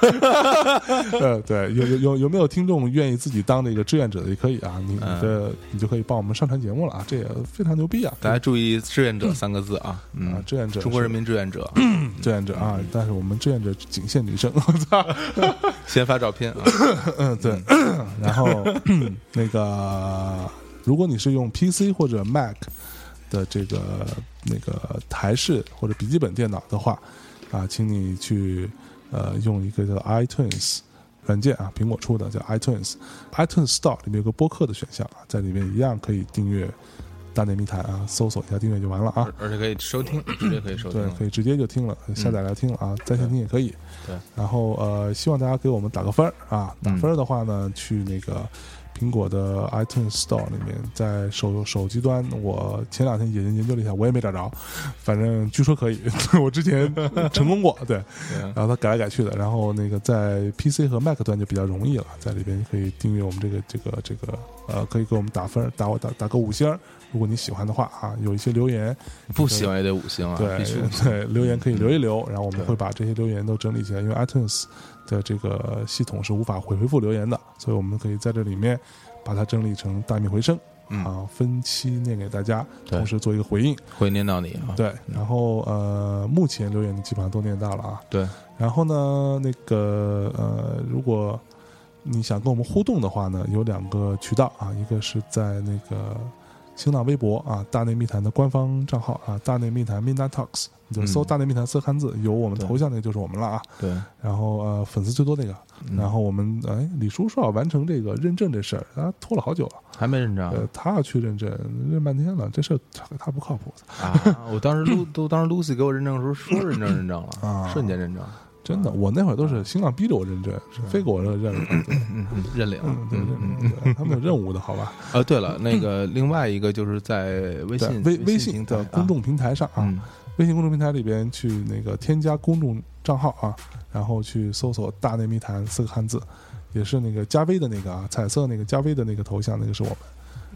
A: 呃，对，有有有有没有听众愿意自己当这个志愿者的也可以啊，你你
B: 嗯
A: 的、你就可以帮我们上传节目了啊，这也非常牛逼啊。
B: 大家注意“志愿者”三个字啊，嗯
A: 啊，，志愿者，
B: 中国人嗯民志愿 者，
A: 志愿者啊，但是我们志愿者仅限女生， 我操，
B: 先发照片啊，
A: 嗯，对，然后那个，如果你是用 PC 或者 Mac 的这个那个台式或者笔记本电脑的话，啊，请你去呃用一个叫 iTunes 软件啊，苹果出的叫 iTunes iTunes Store 里面有个播客的选项啊，在里面一样可以订阅《大内密谈》啊，搜索一下订阅就完了啊。
B: 而而且可以收听，直接可以收听
A: 对
B: 了，，
A: 可以直接就听了，下载来听了啊，在线听也可以。
B: 嗯对，嗯
A: 然后呃，希望大家给我们打个分儿啊，打分儿的话呢，去那个苹果的 iTunes Store 里面，在手手机端，我前两天研研究了一下，我也没找着，反正据说可以， 我之前成功过，对，
B: 对
A: 然后它改来改去的，然后那个在 PC 和 Mac 端就比较容易了，在里边可以订阅我们这个这个这个呃，可以给我们打分儿，打我打打个五星儿，如果你喜欢的话啊，有一些留言。
B: 不喜欢也得五星啊，
A: 对
B: 必须。
A: 对， 留言可以留一留，然后我们
B: 对
A: 会把这些留言都整理起来，因为 iTunes 的这个系统是无法回回复留言的，所以我们可以在这里面把它整理成大米回声
B: 嗯，
A: 啊，分期念给大家，
B: 对
A: 同时做一个回应。
B: 会念到你啊，
A: 对，然后呃，目前留言基本上都念到了啊。
B: 对，
A: 然后呢，那个呃，如果你想跟我们互动的话呢，有两个渠道啊，一个是在那个新浪微博啊，大内密谈的官方账号啊，大内密谈 Midnight Talks，你就搜
B: 嗯
A: 大内密谈四个汉字，有我们
B: 对
A: 头像那个就是我们了啊。
B: 对，
A: 然后呃，粉丝最多那个，
B: 嗯
A: 然后我们哎，李叔说要完成这个认证这事儿，他拖了好久了，
B: 还没认真啊
A: 呃，他要去认证，认半天了，这事儿他他不靠谱，
B: 啊！我当时露都当时 Lucy 给我认证的时候说认证认证了
A: 啊，
B: 瞬间认证，
A: 真
B: 啊
A: 的，我那会儿都是新浪逼着我认证，非给我认认了，对
B: 嗯，嗯认领了
A: 嗯，对
B: 嗯
A: 对
B: 嗯。
A: 对对，他们有任务的好吧？
B: 呃，对了，那个另外一个就是在
A: 对，
B: 微信
A: 微微
B: 微
A: 信
B: 平
A: 的
B: 台
A: 公众平台上
B: 啊，
A: 啊，
B: 嗯
A: 微信公众平台里边去那个添加公众账号啊，然后去搜索“大内密谈”四个汉字，也是那个加微的那个啊，彩色那个加微的那个头像，那个是我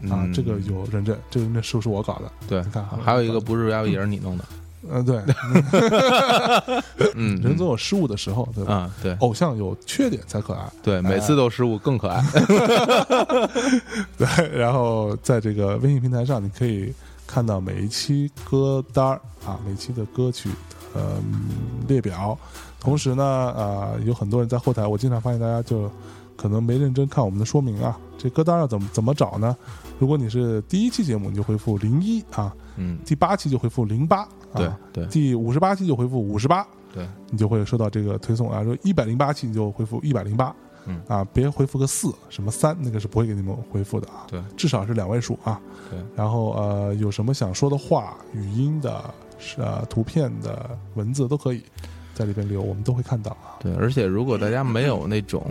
A: 们啊
B: 嗯，
A: 这个有认证，这个认证是不是我搞的？
B: 对
A: 你看啊，
B: 还有一个不是 L 也是 你弄的，
A: 嗯， 对，
B: 嗯，
A: 人哦总有失误的时候，对吧？
B: 啊，对
A: 偶像有缺点才可爱，
B: 对，每
A: 呃
B: 次都失误更 可爱，
A: 对，然后在这个微信平台上，你可以看到每一期歌单儿啊，每期的歌曲呃列表。同时呢，呃，有很多人在后台，我经常发现大家就可能没认真看我们的说明啊。这歌单要怎么怎么找呢？如果你是第一期节目，你就回复零一啊；
B: 嗯，
A: 第八期就回复零八、啊，
B: 对对
A: 第五十八期就回复五十八，
B: 对，
A: 你就会收到这个推送啊。说一百零八期你就回复一百零八，
B: 嗯
A: 啊，别回复个四什么三，那个是不会给你们回复的啊。
B: 对
A: 至少是两位数啊。
B: 对
A: 然后呃，有什么想说的话、语音的、是呃、图片的、文字都可以，在里边留，我们都会看到啊。
B: 对，而且如果大家没有那种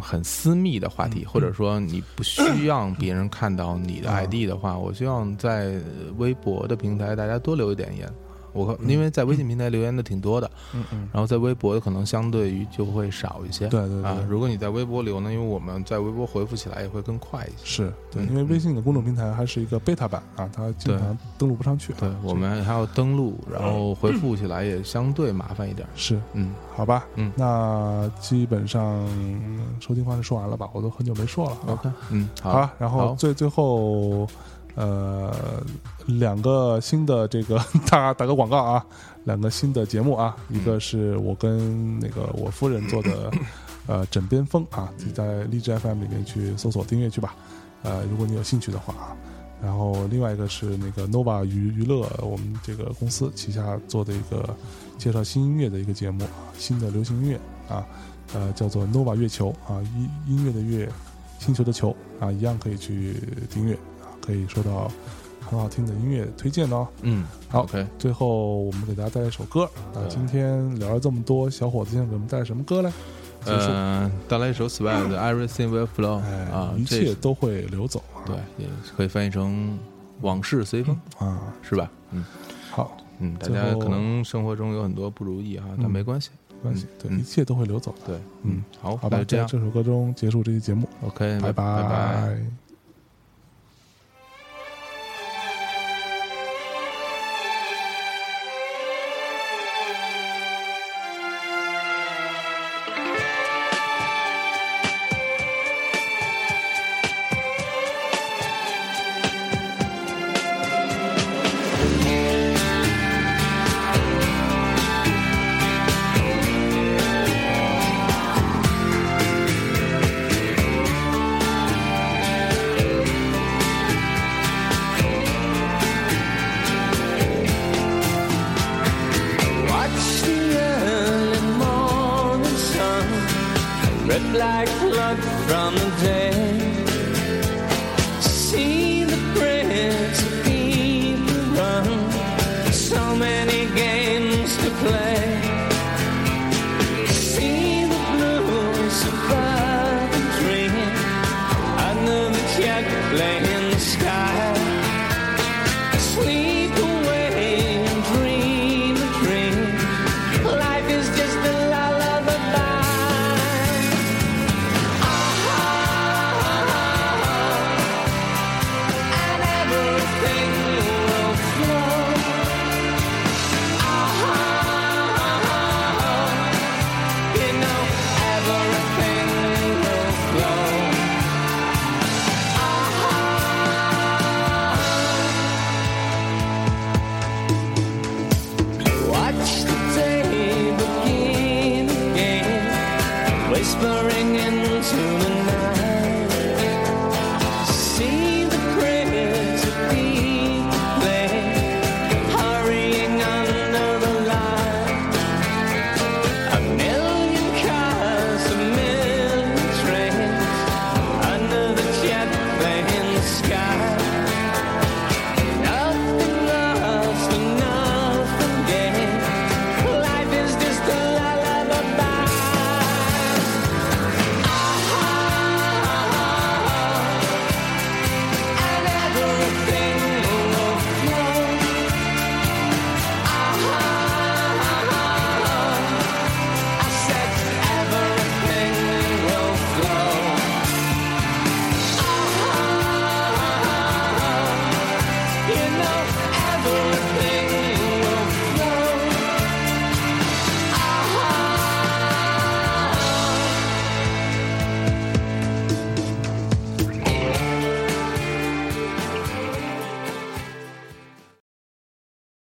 B: 很私密的话题，或者说你不需要别人看到你
A: 嗯
B: 的
A: 啊
B: ID 的话，我希望在微博的平台大家多留一点言。我看因为在微信平台留言的挺多的，
A: 嗯嗯，
B: 然后在微博的可能相对于就会少一些。
A: 对对
B: 啊
A: 对，
B: 如果你在微博留呢，因为我们在微博回复起来也会更快一些。
A: 是对，
B: 嗯
A: 因为微信的公众平台还是一个 beta 版啊，它经常登录不上去、啊。
B: 对，我们还要登录，然后回复起来也相对麻烦一点。
A: 是
B: 嗯，
A: 好吧，
B: 嗯
A: 那基本上嗯收听方式说完了吧？我都很久没说了啊。
B: OK，嗯，
A: 好
B: 好
A: 啊，，然后
B: 好
A: 最最后，呃，两个新的这个 打打个广告啊，两个新的节目啊，一个是我跟那个我夫人做的呃枕边风啊，自己在荔枝 FM 里面去搜索订阅去吧，呃，如果你有兴趣的话啊。然后另外一个是那个 Nova 娱娱乐，我们这个公司旗下做的一个介绍新音乐的一个节目啊，新的流行音乐啊，呃，叫做 Nova 月球啊，音音乐的乐，星球的球啊，一样可以去订阅啊，可以收到很好听的音乐推荐哦。
B: 嗯，
A: 好
B: OK，哎
A: 最后我们给大家带来一首歌啊，今天聊了这么多，小伙子想给我们带来什么歌嘞？结束，嗯
B: 嗯，带来一首 Swag 的 Everything Will Flow
A: 哎，
B: 啊，
A: 一
B: 这
A: 切都会流走啊。
B: 对，也可以翻译成往事随风，
A: 啊，
B: 是吧？嗯
A: 好，
B: 嗯，大
A: 最
B: 家
A: 后
B: 可能生活中有很多不如意哈，但
A: 嗯
B: 没关系，
A: 没关系，对，
B: 嗯
A: 一切都会流走的。
B: 对，
A: 嗯，
B: 好，
A: 好
B: 那
A: 吧，
B: 就这
A: 在
B: 样
A: 这首歌中结束这期节目，
B: ，OK，拜
A: 拜
B: 拜。
C: Watch the early morning sun, red like blood from the day.